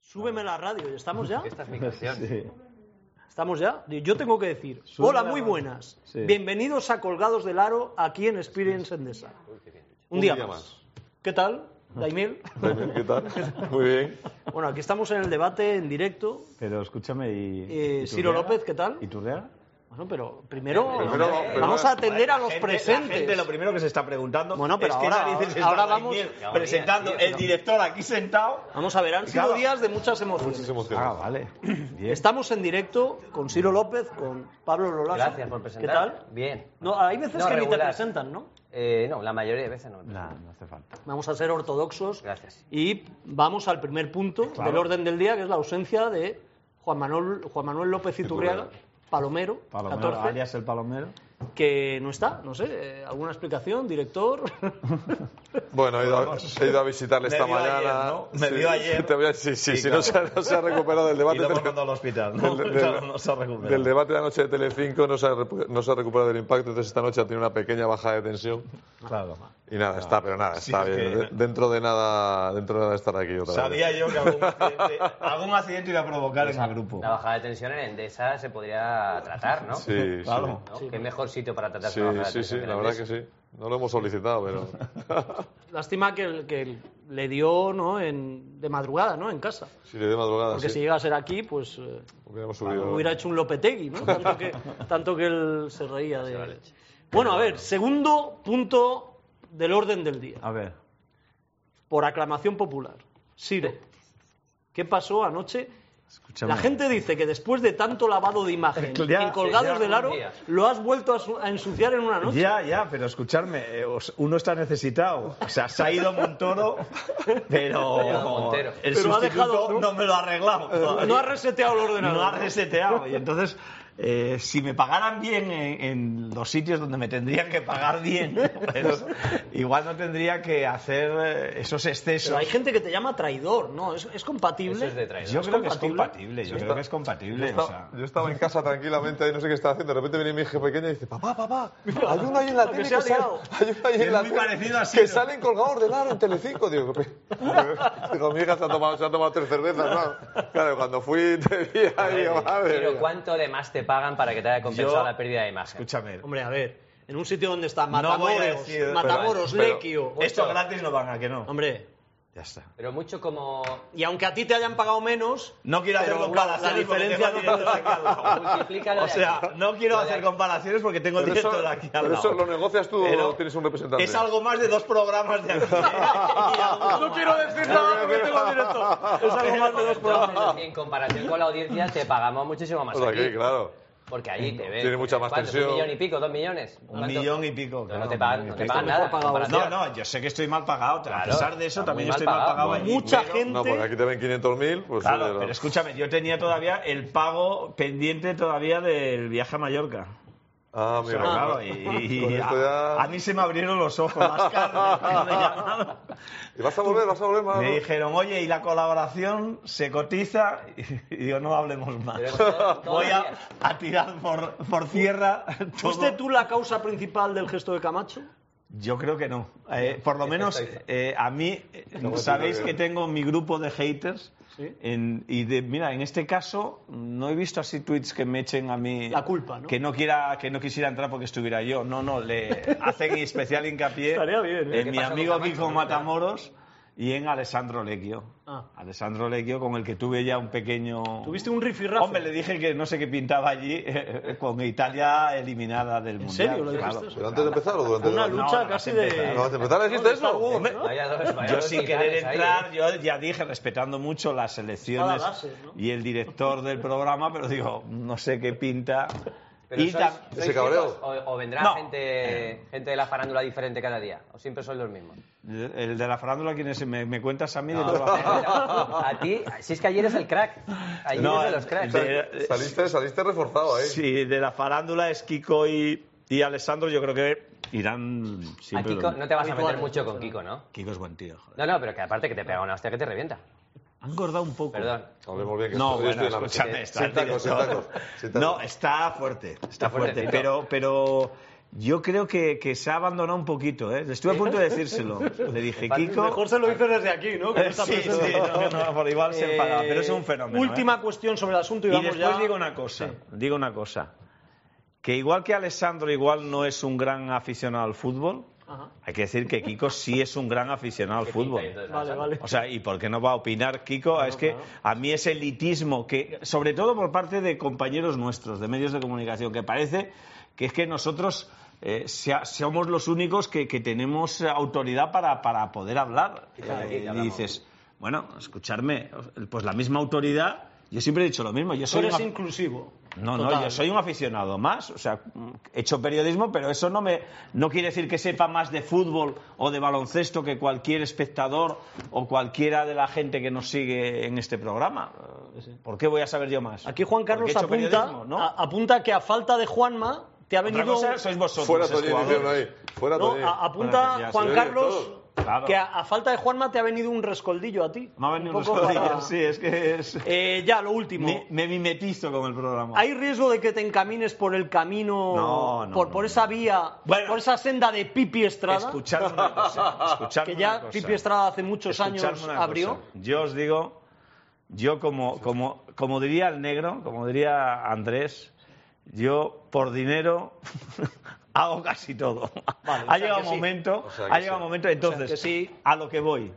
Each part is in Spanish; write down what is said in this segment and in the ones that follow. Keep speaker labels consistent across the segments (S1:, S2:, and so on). S1: Súbeme la radio, ¿ya ¿estamos ya?
S2: Esta es mi canción.
S3: Sí.
S1: ¿Estamos ya? Yo tengo que decir,
S3: Súbeme
S1: hola,
S3: la
S1: muy
S3: radio.
S1: buenas.
S3: Sí.
S1: Bienvenidos a Colgados del Aro, aquí en Experience Endesa.
S2: Uy, qué bien.
S1: Un, día, más. ¿Qué tal, Daimiel?
S4: ¿Qué tal? Muy bien.
S1: bueno, aquí estamos en el debate en directo.
S3: Pero escúchame y.
S1: Eh,
S3: ¿y
S1: Ciro
S3: Turrea?
S1: López, ¿qué tal?
S3: ¿Y Turrea?
S1: Bueno, pero primero,
S4: Primero, primero-
S1: vamos a atender a los
S5: gente-
S1: presentes.
S5: La gente lo primero que se está preguntando
S1: Bueno, pero
S5: es que
S1: ahora-
S5: narices está
S1: ahora
S5: Daniel
S1: vamos-
S2: Qué bonito,
S5: presentando
S2: tío,
S5: el
S2: no.
S5: director aquí sentado.
S1: Vamos a ver, han sido
S5: Claro.
S1: días de muchas emociones.
S4: Muchas emociones.
S3: Ah, vale. Bien.
S1: Estamos en directo con Ciro López, con Pablo Lolaso.
S2: Gracias por
S1: ¿Qué
S2: presentar.
S1: tal?
S2: Bien.
S1: No, hay veces
S2: No,
S1: que ni te
S2: regular.
S1: presentan, ¿no?
S2: Eh, no, la mayoría de veces no. me
S3: Nah,
S2: presento.
S3: no hace falta.
S1: Vamos a ser ortodoxos.
S2: Gracias.
S1: Y vamos al primer punto
S3: Claro.
S1: del orden del día, que es la ausencia de Juan Manuel, Juan Manuel López Iturriaga, Palomero,
S3: Palomero,
S1: 14,
S3: alias el Palomero.
S1: que no está, no sé, eh, ¿alguna explicación, director?
S4: Bueno, he ido, a- he ido a visitarle
S5: Ah, Me
S4: esta
S5: vio
S4: mañana.
S5: ayer, ¿no? Me
S4: Sí,
S5: vio ayer.
S4: te voy a- sí, sí,
S5: Sí,
S4: si
S5: claro.
S4: no, se, ha- no se ha recuperado del
S5: Y
S4: debate.
S5: lo hemos
S4: tele-
S5: mandado al hospital. No,
S4: del-
S5: Claro,
S4: del-
S5: no se ha recuperado.
S4: del debate de la noche de Telecinco no se, ha, repu- no se ha recuperado del impacto, entonces esta noche ha tenido una pequeña baja de tensión
S5: Claro.
S4: y nada, está, pero nada,
S5: Ah, Sí,
S4: está
S5: es
S4: bien.
S5: que-
S4: De- Dentro de nada, dentro de nada estará aquí otra
S5: Sabía
S4: vez.
S5: yo que algún accidente, algún accidente iba a provocar ese grupo.
S2: La bajada de tensión en Endesa se podría tratar, ¿no?
S4: Sí,
S5: Claro.
S2: ¿No? Qué mejor sitio para tratar
S4: sí,
S2: la bajada de
S4: sí, sí,
S2: tensión
S4: sí,
S2: en
S4: la verdad que
S2: Endesa.
S4: sí. No lo hemos solicitado, pero
S1: Lástima que, el- que el- le dio ¿no? en, de madrugada, ¿no? En casa.
S4: si le de madrugada,
S1: Porque si
S4: Ah, sí,
S1: llega a ser aquí, pues eh,
S4: hubiéramos subido.
S1: hubiera hecho un Lopetegui, ¿no? Tanto que, tanto que él se reía de... Bueno, a ver, segundo punto del orden del día.
S3: A ver.
S1: por aclamación popular. Ciro, ¿qué pasó anoche?
S3: Escúchame.
S1: La gente dice que después de tanto lavado de imagen
S3: Ya,
S1: en colgados
S2: ya
S1: del aro,
S2: algún día.
S1: lo has vuelto a, su- a ensuciar en una noche.
S5: Ya, ya, pero escucharme, eh, os- uno está necesitado. O sea, se ha ido Montoro,
S2: Se ha ido
S5: pero
S2: Montero.
S5: el
S1: Pero ha
S5: sustituto
S1: dejado, ¿no?
S5: ¿no? me lo ha arreglado. todavía.
S1: No has reseteado el ordenador.
S5: no ha reseteado. Y entonces, eh, si me pagaran bien en, en los sitios donde me tendrían que pagar bien, pues, igual no tendría que hacer eh, esos excesos.
S1: Pero hay gente que te llama traidor, ¿no? ¿Es, es compatible?
S2: Eso es de traidor.
S5: Yo
S1: ¿Es
S5: creo que es
S1: compatible?
S5: compatible, yo creo que es compatible. o sea.
S4: Yo estaba en casa tranquilamente, ahí no sé qué estaba haciendo. De repente viene mi hija pequeña y dice: Papá, papá, hay uno ahí en la
S1: Aunque
S4: tele.
S1: sea
S4: Que sale,
S1: liado.
S4: hay uno ahí
S5: Es
S4: en la
S5: muy
S4: tele
S5: parecido a
S4: Que
S5: Siro.
S4: salen colgados del aro en Telecinco. Digo, "Pe- digo mi hija se ha tomado, se ha tomado tres cervezas. ¿no?". Claro, cuando fui te vi ahí, digo, madre.
S2: Pero
S4: mía".
S2: ¿cuánto de más te pagan para que te haya compensado
S5: Yo-
S2: la pérdida de imagen?
S5: Escúchame,
S1: Hombre, a ver, en un sitio donde está
S5: No voy a
S1: Matamoros,
S5: decir- eh.
S1: Matamoros,
S4: pero- pero-
S1: Lequio...
S5: esto
S1: ocho.
S5: gratis no van a que no.
S1: pues, Hombre,
S5: Ya está.
S2: Pero mucho como
S1: y aunque a ti te hayan pagado menos...
S5: No quiero hacer
S1: pero
S5: comparaciones.
S1: La
S5: porque
S1: diferencia
S5: tengo
S1: no
S5: el director aquí al lado.
S2: Multiplícalo
S5: O
S2: de
S5: sea,
S2: aquí.
S5: no quiero
S2: Lo de
S5: hacer
S2: aquí.
S5: comparaciones porque tengo el
S4: Pero eso,
S5: director aquí al
S4: pero
S5: lado.
S4: eso lo negocias tú
S5: Pero
S4: o tienes un representante.
S5: Es algo más de dos programas de aquí.
S1: eh, No quiero decir nada porque tengo directo. Es algo más de dos programas.
S2: En comparación con la audiencia te pagamos muchísimo más
S4: O sea,
S2: aquí.
S4: que, claro.
S2: Porque allí te ven.
S4: Tiene mucha más
S2: ¿Cuánto?
S4: tensión.
S2: ¿Un millón y pico? ¿Dos millones?
S5: Un millón y pico.
S2: No,
S5: claro,
S2: no te
S5: un
S2: pagan, no
S5: millón
S2: te
S5: y pico.
S2: pagan nada. en
S1: Mejor pagado.
S2: comparación.
S5: No, no, yo sé que estoy mal pagado.
S2: Claro,
S5: a pesar de eso,
S2: está
S5: también
S2: muy mal
S5: estoy mal
S2: pagado.
S5: pagado. allí.
S1: Mucha
S5: Pero-
S1: gente...
S4: No, porque aquí te ven 500.000, pues.
S5: Claro,
S4: oye,
S5: pero escúchame, yo tenía todavía el pago pendiente todavía del viaje a Mallorca.
S4: Ah, mira.
S5: Pero claro, y,
S4: Con
S5: y
S4: esto ya-
S5: a, a mí se me abrieron los ojos, las carnes, cuando me llamaron.
S4: ¿Y vas a volver? ¿Vas a volver, Manolo?
S5: Me dijeron, oye, ¿y la colaboración se cotiza? Y digo, no hablemos más.
S2: Pero todo- todo
S5: Voy a,
S2: bien.
S5: a tirar por, por tierra
S1: ¿Fuiste
S5: todo.
S1: tú la causa principal del gesto de Camacho?
S5: Yo creo que no. Eh, por lo menos eh, a mí, eh,
S4: Luego
S5: sabéis
S4: tiene
S5: que
S4: que-
S5: tengo mi grupo de haters.
S1: Sí.
S5: en- y de, mira, en este caso no he visto así tweets que me echen a mí
S1: La culpa, ¿no?
S5: que no quiera que no quisiera entrar porque estuviera yo. No, no, le hacen especial hincapié
S1: Estaría bien, ¿eh?
S5: en
S2: ¿Qué
S5: mi
S2: pasa con
S5: amigo
S2: Camacho?
S5: Kiko Matamoros y en Alessandro Lequio.
S1: Ah.
S5: Alessandro Lequio con el que tuve ya un pequeño
S1: ¿Tuviste un rifirrafe?
S5: Hombre, le dije que no sé qué pintaba allí eh, con Italia eliminada del
S1: ¿En
S5: mundial.
S1: serio le
S5: Claro.
S1: dijiste eso?
S4: ¿Pero antes de empezar o durante el
S1: Una
S4: debate?
S1: lucha
S5: no,
S1: casi
S5: no has
S1: de...
S5: empezado.
S4: No, antes de empezar dijiste
S1: de
S4: eso.
S1: Star Wars, ¿no?
S2: Vaya dos- vaya
S5: Oh, Yo
S2: dos
S5: sin
S2: titanes
S5: querer
S2: ahí,
S5: entrar,
S2: ¿eh?
S5: yo ya dije, respetando mucho las elecciones
S1: Espada láser, ¿no?
S5: y el director del programa, pero digo, no sé qué pinta.
S2: Pero
S5: y
S2: sois-
S5: tam-
S2: sois
S4: Ese cabreo.
S2: fijos O, o vendrá
S5: No.
S2: gente, gente de la farándula diferente cada día. O siempre son los mismos.
S5: el de la farándula, ¿quién es? ¿Me, me cuentas a mí? de toda la-
S2: A ti, si es que ayer es el crack. Ayer
S5: No,
S2: es de los cracks.
S5: de-
S4: Saliste, saliste reforzado ahí.
S5: Sí, de la farándula es Kiko y, y Alessandro, yo creo que irán
S2: A
S5: siempre.
S2: Kiko,
S5: los-
S2: no te vas a meter
S1: Habituales.
S2: mucho con Kiko, ¿no?
S5: Kiko es buen tío, joder.
S2: No, no, pero que aparte que te pega una hostia que te revienta.
S5: Ha engordado un poco.
S2: Perdón.
S4: Hablemos bien que
S5: No,
S4: estoy- yo
S5: bueno,
S4: estoy en la-
S5: escúchame,
S4: sin-
S5: está
S4: sin
S5: el
S4: tacos, sin
S5: director.
S4: tacos, sin tacos.
S5: No, está fuerte, está,
S2: Está
S5: fuerte,
S2: fuertecito.
S5: pero, pero Yo creo que, que se ha abandonado un poquito, ¿eh? Le estuve a punto de decírselo. Le dije, Kiko...
S1: Mejor se lo dices desde aquí, ¿no? Que no
S5: Eh,
S1: está
S5: Sí, sí,
S1: presente.
S5: no, no, por igual se enfada,
S1: Eh,
S5: pero es un fenómeno. ¿eh?
S1: Última cuestión sobre el asunto y,
S5: Y
S1: vamos
S5: después
S1: ya.
S5: digo una cosa,
S1: Sí.
S5: digo una cosa. Que igual que Alessandro igual no es un gran aficionado al fútbol,
S1: Ajá.
S5: hay que decir que Kiko sí es un gran aficionado al fútbol.
S1: Vale, vale.
S5: O sea, ¿y por qué no va a opinar Kiko? es que a mí ese elitismo, que, sobre todo por parte de compañeros nuestros, de medios de comunicación, que parece que es que nosotros eh, sea- somos los únicos que, que tenemos autoridad para, para poder hablar.
S2: Fíjate aquí,
S5: Eh, y
S2: hablamos.
S5: dices, bueno, escucharme, pues la misma autoridad, yo siempre he dicho lo mismo, yo
S1: Tú
S5: soy
S1: eres
S5: un af-
S1: inclusivo.
S5: no, no,
S1: Total.
S5: yo soy un aficionado más, o sea, mm, he hecho periodismo, pero eso no me no quiere decir que sepa más de fútbol o de baloncesto que cualquier espectador o cualquiera de la gente que nos sigue en este programa. Eh, ¿Por qué voy a saber yo más?
S1: Aquí Juan
S5: Porque he
S1: Carlos
S5: hecho
S1: apunta,
S5: periodismo, ¿no?
S1: a- apunta que a falta de Juanma te ha
S5: Otra
S1: venido.
S5: cosa
S1: un-
S5: sois vosotros.
S4: Fuera
S5: los
S4: Toñín, hicieron
S5: jugadores.
S4: ahí. Fuera
S1: No,
S4: Toñín.
S1: a- apunta
S5: Bueno, ya se
S1: Juan
S4: oye
S1: Carlos
S4: todo.
S5: Claro.
S1: que a, a falta de Juanma te ha venido un rescoldillo a ti.
S5: Me ha venido
S1: Un
S5: unos
S1: poco para-
S5: codillos, sí, es que es-
S1: Eh, ya, lo último.
S5: me, me mimetizo con el programa.
S1: ¿Hay riesgo de que te encamines por el camino,
S5: No, no,
S1: por,
S5: no,
S1: por
S5: no.
S1: esa vía,
S5: Bueno.
S1: por esa senda de Pipi Estrada?
S5: Escuchadme una cosa, escuchadme
S1: que
S5: una
S1: ya
S5: cosa.
S1: Pipi Estrada hace muchos
S5: Escuchadme
S1: años
S5: una
S1: abrió.
S5: cosa. Yo os digo, yo como, como, como diría el negro, como diría Andrés, yo por dinero hago casi todo.
S1: Vale, o
S5: ha
S1: sea
S5: llegado
S1: que
S5: un
S1: sí.
S5: momento,
S4: O sea que
S5: ha llegado un
S4: sí.
S5: momento, entonces,
S1: que sí.
S5: a lo que voy.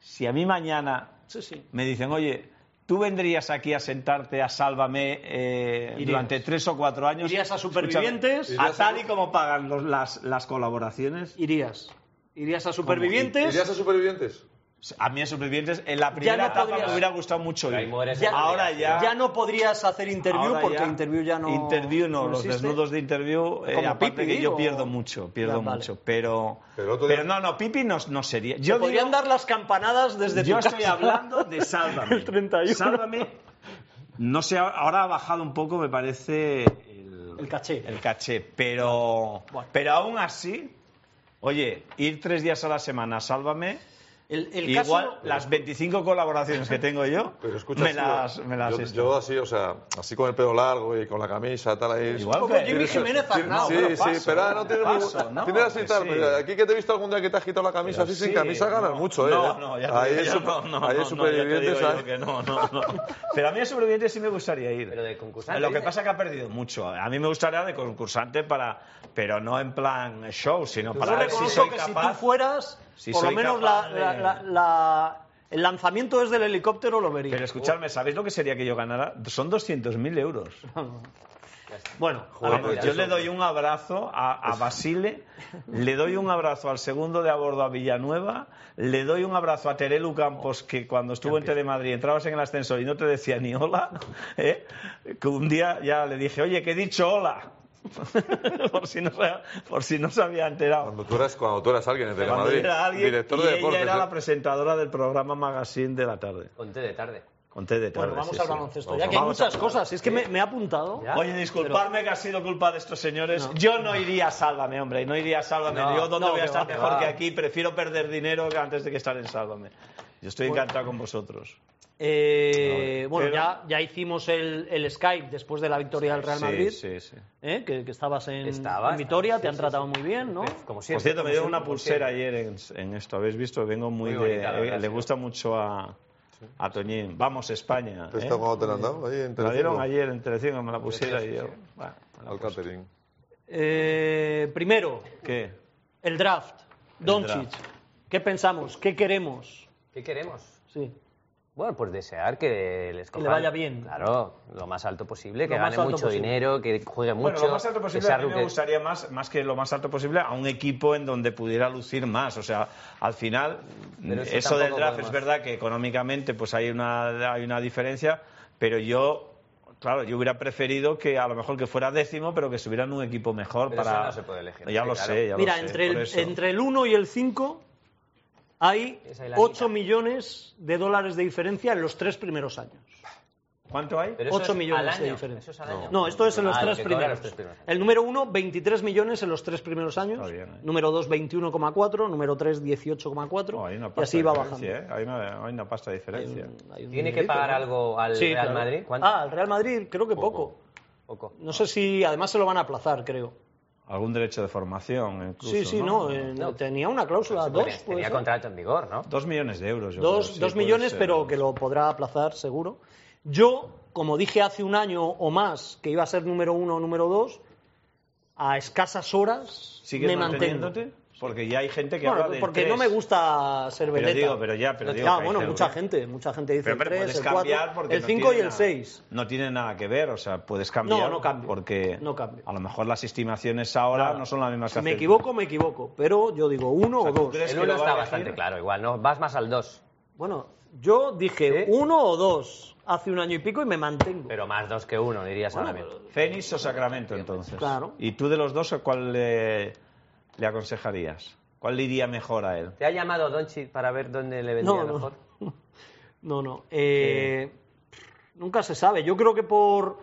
S5: Si a mí mañana
S1: Sí, sí.
S5: me dicen, oye, tú vendrías aquí a sentarte a Sálvame eh,
S1: Irías.
S5: durante tres o cuatro años.
S1: Irías a
S5: Escúchame,
S1: Supervivientes.
S5: A tal y como pagan los- las, las colaboraciones.
S1: Irías. Irías a Supervivientes.
S4: ¿Irías a supervivientes?
S5: A mí en Supervivientes, en la primera
S1: no
S5: etapa
S1: podrías-
S5: me hubiera gustado mucho ir.
S2: Ahí mueres
S1: Ya-
S2: en la
S5: ahora
S2: vida.
S5: ya...
S1: Ya no podrías hacer interview
S5: ahora
S1: porque
S5: ya-
S1: interview ya no.
S5: Interview no, los
S1: existe.
S5: desnudos de interview... eh,
S1: Como
S5: aparte
S1: Pipi,
S5: que yo
S1: o-
S5: pierdo mucho, pierdo
S1: Ya, vale.
S5: mucho. Pero,
S4: Pero otro día-
S5: pero no, no, Pipi no, no sería...
S1: Te
S5: Yo digo-
S1: podrían dar las campanadas desde
S5: yo
S1: tu
S5: estoy
S1: casa.
S5: hablando de Sálvame.
S1: El 31.
S5: Sálvame. No sé, ahora ha bajado un poco, me parece, el,
S1: El caché.
S5: el caché, pero,
S1: Bueno.
S5: pero aún así, oye, ir tres días a la semana, a sálvame.
S1: El, el
S5: igual
S1: caso-
S5: las 25 colaboraciones que tengo yo,
S4: Pero Pues escucha,
S5: me
S4: sí,
S5: las, me las
S4: yo,
S5: esto.
S4: yo así, o sea, así con el pelo largo y con la camisa, tal, ahí...
S5: Igual
S1: Como
S5: que-
S1: Jimmy
S5: eso-
S1: Jiménez Arnau.
S4: sí,
S5: bueno,
S4: sí,
S5: paso,
S4: pero ah, no tiene
S5: paso, no,
S4: Tiene así
S5: que
S4: tal,
S5: sí.
S4: pero aquí que te he visto algún día que te has quitado la camisa
S5: Pero
S4: así sin
S5: sí,
S4: camisa ganas
S5: no,
S4: mucho, ¿eh?
S5: No, no, ya te
S4: ahí
S5: digo,
S4: es
S5: ya
S4: super-
S5: no, no,
S4: ahí
S5: no,
S4: es
S5: no, ya te digo
S4: supervivientes, ¿eh?
S5: yo
S4: ¿sabes?
S5: que no, no, no. Pero a mí a supervivientes sí me gustaría ir.
S2: Pero de concursante,
S5: Lo que
S2: dices.
S5: pasa es que ha perdido mucho. A mí me gustaría de concursante para, pero no en plan show, sino para
S1: Yo
S5: ver si
S1: reconozco
S5: soy
S1: que si tú
S5: capaz.
S1: fueras,
S5: si
S1: por lo
S5: soy
S1: menos la,
S5: capaz
S1: la-
S5: de-
S1: la- la- el lanzamiento desde el helicóptero lo vería.
S5: Pero escuchadme, ¿sabéis lo que sería que yo ganara? Son 200.000 euros.
S1: bueno,
S4: Joder,
S5: Vamos,
S4: ya
S5: yo
S4: es
S5: le doy un abrazo a, a Basile, le doy un abrazo al segundo de a bordo a Villanueva, le doy un abrazo a Terelu Campos, que cuando estuvo en Telemadrid entrabas en el ascensor y no te decía ni hola, ¿eh? que un día ya le dije, oye, que he dicho hola, por, si no, se- por si no se había enterado.
S4: Cuando tú eras, cuando tú eras alguien en
S5: Cuando
S4: Telemadrid,
S5: era alguien,
S4: director
S5: y
S4: de
S5: ella
S4: deportes,
S5: era
S4: ¿eh?
S5: la presentadora del programa Magazine de la tarde,
S2: Conté de tarde.
S5: con té de tarde.
S1: bueno, vamos
S5: sí,
S1: al
S5: sí.
S1: baloncesto.
S5: Vamos
S1: Ya
S5: a-
S1: que hay
S5: vamos a-
S1: muchas cosas. Es que me, me ha apuntado.
S2: Ya.
S5: Oye, disculpadme que ha sido culpa de estos señores.
S1: No.
S5: Yo no iría a Sálvame, hombre. No iría a Sálvame.
S2: No,
S5: Yo dónde
S1: no,
S5: voy a
S1: que
S5: estar
S1: va, que
S5: mejor
S2: va.
S5: que aquí. Prefiero perder dinero que antes de que estar en Sálvame. Yo estoy encantado con vosotros.
S1: Eh, bueno,
S5: Pero-
S1: ya, ya hicimos el, el Skype después de la victoria del Real
S5: Sí,
S1: Madrid.
S5: sí, sí.
S1: ¿eh? Que, que estabas en,
S2: Estaba,
S1: en Vitoria,
S2: estaba,
S1: te
S2: sí,
S1: han
S2: sí,
S1: tratado muy bien, ¿no?
S2: Como siempre.
S5: Por cierto, me
S2: como
S5: dio
S2: siempre,
S5: una
S2: como
S5: pulsera
S2: siempre.
S5: ayer en, en esto. ¿Habéis visto? Vengo
S2: Muy
S5: muy, de...
S2: bonita, la verdad,
S5: eh, le
S2: sí.
S5: gusta mucho a, a Toñín. Vamos, España.
S4: ¿Te
S5: ¿eh?
S4: está cuando te la han dado? Ahí en
S5: Me la dieron
S4: Telecinco,
S5: ayer en Telecinco, me la pusiera y yo... bueno, me la
S4: Al
S5: puse.
S4: catering.
S1: Eh, primero,
S5: ¿Qué?
S1: el draft. Doncic. ¿Qué pensamos? ¿Qué queremos?
S2: ¿Qué queremos?
S1: Sí.
S2: Bueno, pues desear que les
S1: Que le vaya bien.
S2: Claro, lo más alto posible, que
S1: Lo más
S2: gane
S1: alto
S2: mucho
S1: posible.
S2: dinero, que juegue mucho.
S5: Bueno, lo más alto
S2: que
S5: posible,
S2: sea
S5: a mí me
S2: rookie.
S5: gustaría más, más que lo más alto posible, a un equipo en donde pudiera lucir más. O sea, al final,
S2: Pero
S5: eso,
S2: eso
S5: del
S2: tampoco
S5: draft es
S2: podemos.
S5: verdad que económicamente pues hay una, hay una diferencia, pero yo, claro, yo hubiera preferido que a lo mejor que fuera décimo, pero que subieran un equipo mejor
S2: Pero eso
S5: para...
S2: no se puede elegir,
S5: Ya lo
S2: claro.
S5: sé, ya
S1: Mira,
S5: lo sé.
S1: entre,
S5: por
S1: el,
S5: eso.
S1: entre el 1 y el 5 hay
S2: Esa es la
S1: 8
S2: mitad.
S1: millones de dólares de diferencia en los tres primeros años.
S5: ¿Cuánto hay?
S2: Pero eso
S1: 8
S2: es
S1: millones
S2: al año,
S1: de diferencia.
S2: eso es al año.
S1: No, esto es en los,
S2: Ah, lo
S1: tres
S2: que cobra
S1: primeros.
S2: los tres primeros.
S1: El número 1, 23 millones en los tres primeros años.
S5: Está bien, ¿eh?
S1: Número 2, 21,4. Número 3
S5: No, hay
S1: 18,4.
S5: una
S1: y
S5: pasta
S1: así va
S5: de
S1: bajando.
S5: diferencia, ¿eh? Hay, una, hay una pasta de diferencia.
S1: Hay un
S2: ¿Tiene que
S1: dinerito,
S2: pagar
S1: ¿no?
S2: algo al Real
S1: claro.
S2: Madrid? ¿Cuánto?
S1: Ah, al Real Madrid creo que poco.
S2: Poco.
S1: No sé si además se lo van a aplazar, creo.
S5: algún derecho de formación. Incluso,
S1: Sí, sí,
S5: ¿no?
S1: no, eh, no, tenía una cláusula, dos,
S2: Tenía-
S1: puede
S2: Pues, Tenía
S1: ser.
S2: contrato en vigor, ¿no?
S5: Dos millones de euros. yo
S1: dos,
S5: creo, sí,
S1: dos
S5: puede
S1: millones,
S5: ser.
S1: pero que lo podrá aplazar seguro. Yo, como dije hace un año o más que iba a ser número uno o número dos, a escasas horas
S5: ¿Sigues
S1: me mantengo.
S5: manteniéndote? Porque ya hay gente que
S1: Bueno,
S5: habla del
S1: porque no
S5: tres.
S1: me gusta ser
S5: Pero
S1: veleta.
S5: digo, pero ya, pero
S1: Ah,
S5: digo que hay
S1: bueno,
S5: gente-
S1: mucha gente, mucha gente dice
S5: Pero, hombre,
S1: el
S5: puedes
S1: 3, el
S5: cambiar
S1: 4,
S5: porque
S1: el
S5: no
S1: 5
S5: tiene
S1: y el
S5: nada-
S1: 6.
S5: No tiene nada que ver, o sea, puedes cambiar.
S1: No, no cambio.
S5: Porque
S1: No cambio.
S5: a lo mejor las estimaciones ahora no son las mismas
S1: Si
S5: que
S1: me
S5: hace-
S1: equivoco, me equivoco, pero yo digo uno o
S5: sea, ¿tú
S1: dos.
S5: crees
S2: El
S5: que
S2: uno
S5: lo va
S2: está
S5: a
S2: bastante
S5: elegir?
S2: claro, igual, ¿no? Vas más al dos.
S1: Bueno, yo dije
S2: ¿Sí?
S1: uno o dos hace un año y pico y me mantengo.
S2: Pero más dos que uno, dirías
S1: Bueno,
S2: ahora mismo.
S5: Fénix o Sacramento, entonces.
S1: Claro.
S5: ¿Y tú de los dos cuál le, le aconsejarías? ¿Cuál le iría mejor a él?
S2: ¿Te ha llamado Donchi para ver dónde le vendría
S1: No, no.
S2: mejor?
S1: No, no. eh, Nunca se sabe. Yo creo que por,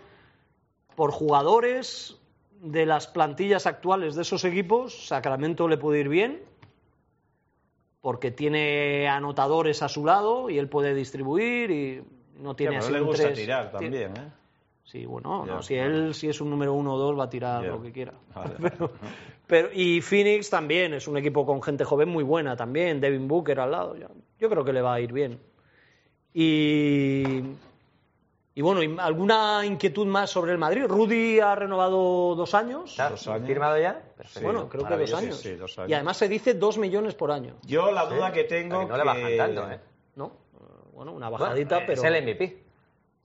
S1: por jugadores de las plantillas actuales de esos equipos, Sacramento le puede ir bien, porque tiene anotadores a su lado y él puede distribuir y no tiene
S5: Pero
S1: así
S5: le
S1: un
S5: gusta
S1: tres.
S5: tirar
S1: Tiene-
S5: también, ¿eh?
S1: Sí, bueno, no,
S5: Ya.
S1: si él si es un número uno o dos va a tirar
S5: Ya.
S1: lo que quiera.
S5: Vale.
S1: Pero, pero- y Phoenix también es un equipo con gente joven muy buena también, Devin Booker al lado. ya. Yo creo que le va a ir bien. Y, y bueno, y ¿alguna inquietud más sobre el Madrid? Rudy ha renovado dos años.
S2: ¿Está
S5: Dos años.
S2: ¿Firmado ya? Perfecto.
S5: Sí,
S1: bueno, creo que dos
S5: maravilloso.
S1: años.
S5: Sí, sí, dos
S1: Y
S5: años.
S1: además se dice dos millones por año,
S5: Yo la duda
S2: Sí.
S5: que
S2: Para
S5: tengo.
S2: que no le bajan tanto, ¿eh?
S1: ¿no? Eh, Bueno, una
S2: Bueno,
S1: bajadita,
S2: eh,
S1: pero...
S2: Es el MVP.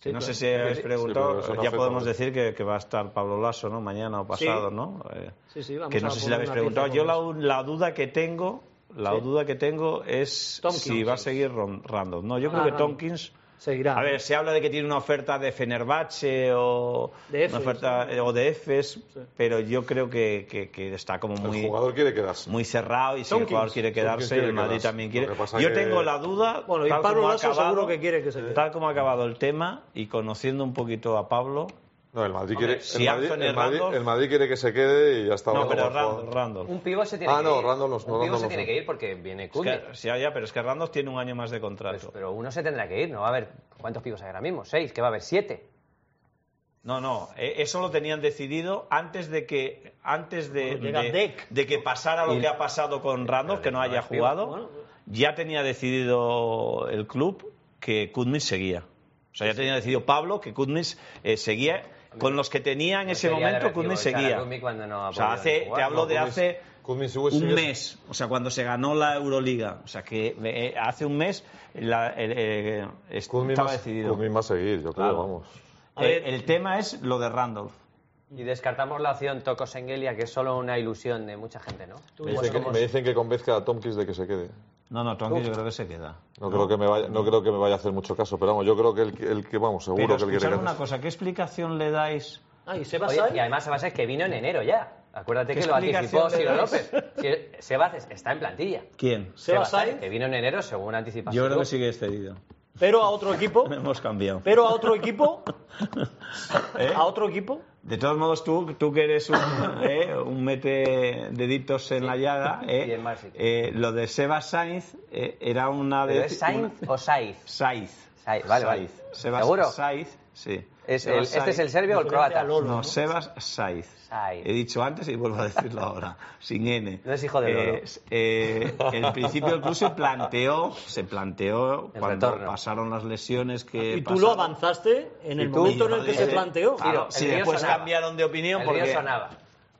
S5: que no sé si
S4: claro.
S5: habéis
S4: Sí,
S5: preguntado,
S4: pero eso no
S5: ya
S4: afecta
S5: podemos
S4: mucho.
S5: decir que, que va a estar Pablo Lasso, ¿no? Mañana o pasado,
S1: Sí.
S5: ¿no? Eh,
S1: Sí, sí, vamos
S5: que no
S1: a
S5: sé si
S1: poner
S5: le habéis
S1: una pieza
S5: preguntado.
S1: con
S5: Yo la,
S1: eso.
S5: la duda que tengo, la
S1: Sí.
S5: duda que tengo es
S1: Tompkins.
S5: si va a seguir Ron- Randolph. No, yo creo
S1: Ah,
S5: que
S1: Randolph.
S5: Tompkins.
S1: Seguirá.
S5: A ver, se habla de que tiene una oferta de Fenerbahce o
S1: De
S5: una
S1: Efes,
S5: oferta
S1: ¿no?
S5: eh, o de Efes, pero yo creo que, que- que está como
S4: El
S5: muy
S4: jugador quiere quedarse.
S5: muy cerrado y si el
S1: Tompkins.
S5: jugador quiere
S4: Tompkins
S5: quedarse,
S4: quiere
S5: el Madrid
S4: quedarse.
S5: también quiere.
S4: Lo que pasa
S5: Yo
S4: que-
S5: tengo la duda.
S1: Bueno, y
S5: tal
S1: Pablo
S5: como ha
S1: Lasso seguro que quiere que se quede.
S5: Tal como ha acabado el tema y conociendo un poquito a Pablo.
S4: No, el Madrid quiere.
S5: si
S4: el, Madrid,
S5: Anthony
S4: el Madrid-
S5: Randolph-
S4: el Madrid quiere que se quede y ya está.
S5: No,
S4: Ahora
S5: pero
S4: como jugador.
S5: Randolph. Randolph.
S2: Un pivo se tiene
S4: Ah,
S2: que
S4: no,
S2: ir.
S4: Randall no, no,
S2: Un pivo
S4: Randall
S2: se
S4: no,
S2: tiene
S4: no.
S2: que ir porque viene
S5: Es
S2: Kunde.
S5: que- sí, ya, pero es que Randolph tiene un año más de contrato.
S2: pero uno se tendrá que ir, ¿no? A ver, ¿cuántos pibos hay ahora mismo? ¿Seis? ¿Qué va a haber? ¿Siete?
S5: No, no, eh, eso lo tenían decidido antes de que antes de,
S1: Cuando llega
S5: de-
S1: Dec.
S5: de que pasara lo que ha pasado con Randolph, que no haya
S2: es pivo.
S5: jugado.
S1: Bueno.
S2: pues.
S5: Ya tenía decidido el club que Kuzmich seguía. O sea, ya tenía decidido Pablo que Kuzmich eh, seguía. Con los que tenía en
S2: No
S5: ese
S2: sería
S5: momento,
S2: de recibo
S5: Kuzmich
S2: echar a
S5: seguía.
S2: Kuzmich cuando no ha
S5: o sea,
S2: podido
S5: hace,
S2: ni jugar.
S5: te hablo
S4: No,
S5: de
S4: Kuzmich-
S5: hace
S4: Kuzmich sigue-
S5: un
S4: sigue-
S5: mes, o sea, cuando se ganó la Euroliga. O sea, que eh, hace un mes la- el- eh,
S4: Kuzmich
S5: estaba
S4: va-
S5: decidido.
S4: Kuzmich va a seguir, yo creo,
S5: Claro.
S4: vamos.
S1: A ver-
S5: Eh, el tema es lo de Randolph.
S2: Y descartamos la opción Toco Sengelia, que es solo una ilusión de mucha gente, ¿no?
S4: Me dicen, que, me dicen que convenzca a Tomkins de que se quede.
S5: No, no, Tonki yo creo que se queda.
S4: No, Creo que me vaya, no creo que me vaya a hacer mucho caso, pero vamos, yo creo que el, que- el que, vamos, seguro
S5: Pero
S4: que el que
S5: escuchad una
S4: quede.
S5: cosa, ¿qué explicación le dais?
S1: Ah, y Seba
S2: Oye,
S1: Sai.
S2: y además Sebas es que vino en enero ya. Acuérdate
S5: ¿Qué
S2: que lo anticipó
S5: explicación
S2: Siro
S5: le
S2: López. Si- Sebas es- está en plantilla.
S5: ¿Quién?
S1: Seba
S2: Sebas
S1: Sai,
S2: que vino en enero según anticipación.
S5: Yo creo que sigue excedido.
S1: pero a otro equipo,
S5: Hemos cambiado.
S1: pero a otro equipo,
S5: ¿Eh?
S1: a otro equipo.
S5: De todos modos, tú, tú que eres un, ¿eh? un mete deditos en la llaga, ¿eh?
S2: Y en más, sí.
S5: Eh, lo de Seba Sainz eh, era una de...
S2: ¿Pero es Sainz o Saiz?
S5: Sainz.
S2: Saiz, vale, vale.
S5: Sainz. Seba
S2: ¿Seguro?
S5: Sainz, sí.
S2: Es
S5: Seba
S2: el- ¿Este
S5: Sainz.
S2: es el serbio o el croata?
S1: a Lolo.
S5: No, Sebas Saiz.
S2: Saiz.
S5: He dicho antes y vuelvo a decirlo ahora, sin N.
S2: No es hijo de Lolo.
S5: Eh, eh, en principio el club se planteó, se planteó
S2: El
S5: cuando
S2: retorno.
S5: pasaron las lesiones que
S1: Y tú lo
S5: pasaron.
S1: avanzaste en
S5: eh, Y
S1: el
S5: tú-
S1: momento en
S5: yo
S1: el que
S5: dije,
S1: se planteó.
S5: claro,
S2: El
S5: si
S2: río
S5: después
S2: sonaba.
S5: cambiaron de opinión
S2: El
S5: porque...
S2: río sonaba.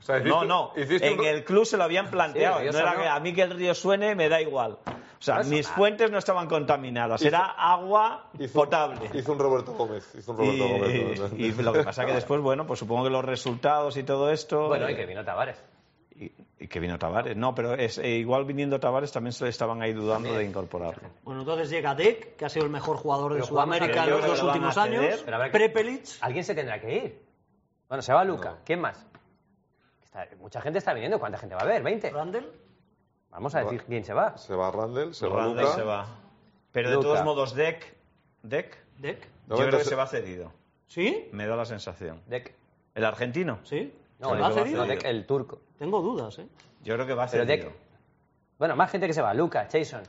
S4: O sea, hiciste-
S5: No, no,
S4: hiciste
S5: en
S4: un-
S5: el club se lo habían planteado.
S2: Sí, el río
S5: no era
S2: sonó.
S5: que a mí que el río suene me da igual. O sea,
S2: No sonaba.
S5: mis fuentes no estaban contaminadas, era agua
S4: hizo-
S5: potable.
S4: Hizo un Roberto Gómez. Hizo un
S5: Y,
S4: Roberto Gómez. ¿no?
S5: y lo que pasa que después, bueno, pues supongo que los resultados y todo esto...
S2: Bueno,
S5: eh,
S2: y que vino Tavares.
S5: y, y que vino Tavares. No, pero es, eh, igual viniendo Tavares también se estaban ahí dudando de incorporarlo.
S1: Bueno, entonces llega Dec, que ha sido el mejor jugador de
S2: Pero jugamos
S1: Sudamérica
S2: a
S1: en los
S5: ellos,
S1: dos
S5: lo van a
S1: últimos
S5: ceder,
S1: años.
S2: pero habrá que-
S1: Prepelic,
S2: Alguien se tendrá que ir. Bueno, se va Luca. ¿Quién más? Está- mucha gente está viniendo. ¿Cuánta gente va a haber? ¿20?
S1: Randall.
S2: Vamos a decir quién se va.
S4: Se va Randall, se va
S5: Randle
S4: Luca.
S5: se va. Pero de
S2: Luca.
S5: todos modos, Deck, Deck,
S1: Dec.
S5: yo
S4: No,
S5: creo que
S4: entonces-
S5: se va cedido.
S1: ¿Sí?
S5: Me da la sensación.
S2: Dec.
S5: ¿El argentino?
S1: ¿Sí?
S2: No,
S1: ¿Se
S2: el,
S1: va a
S5: lo
S1: cedido?
S2: no, Dec, el turco.
S1: Tengo dudas, ¿eh?
S5: Yo creo que va
S2: Pero
S5: cedido.
S2: Dec. Bueno, más gente que se va. Luca, Jason.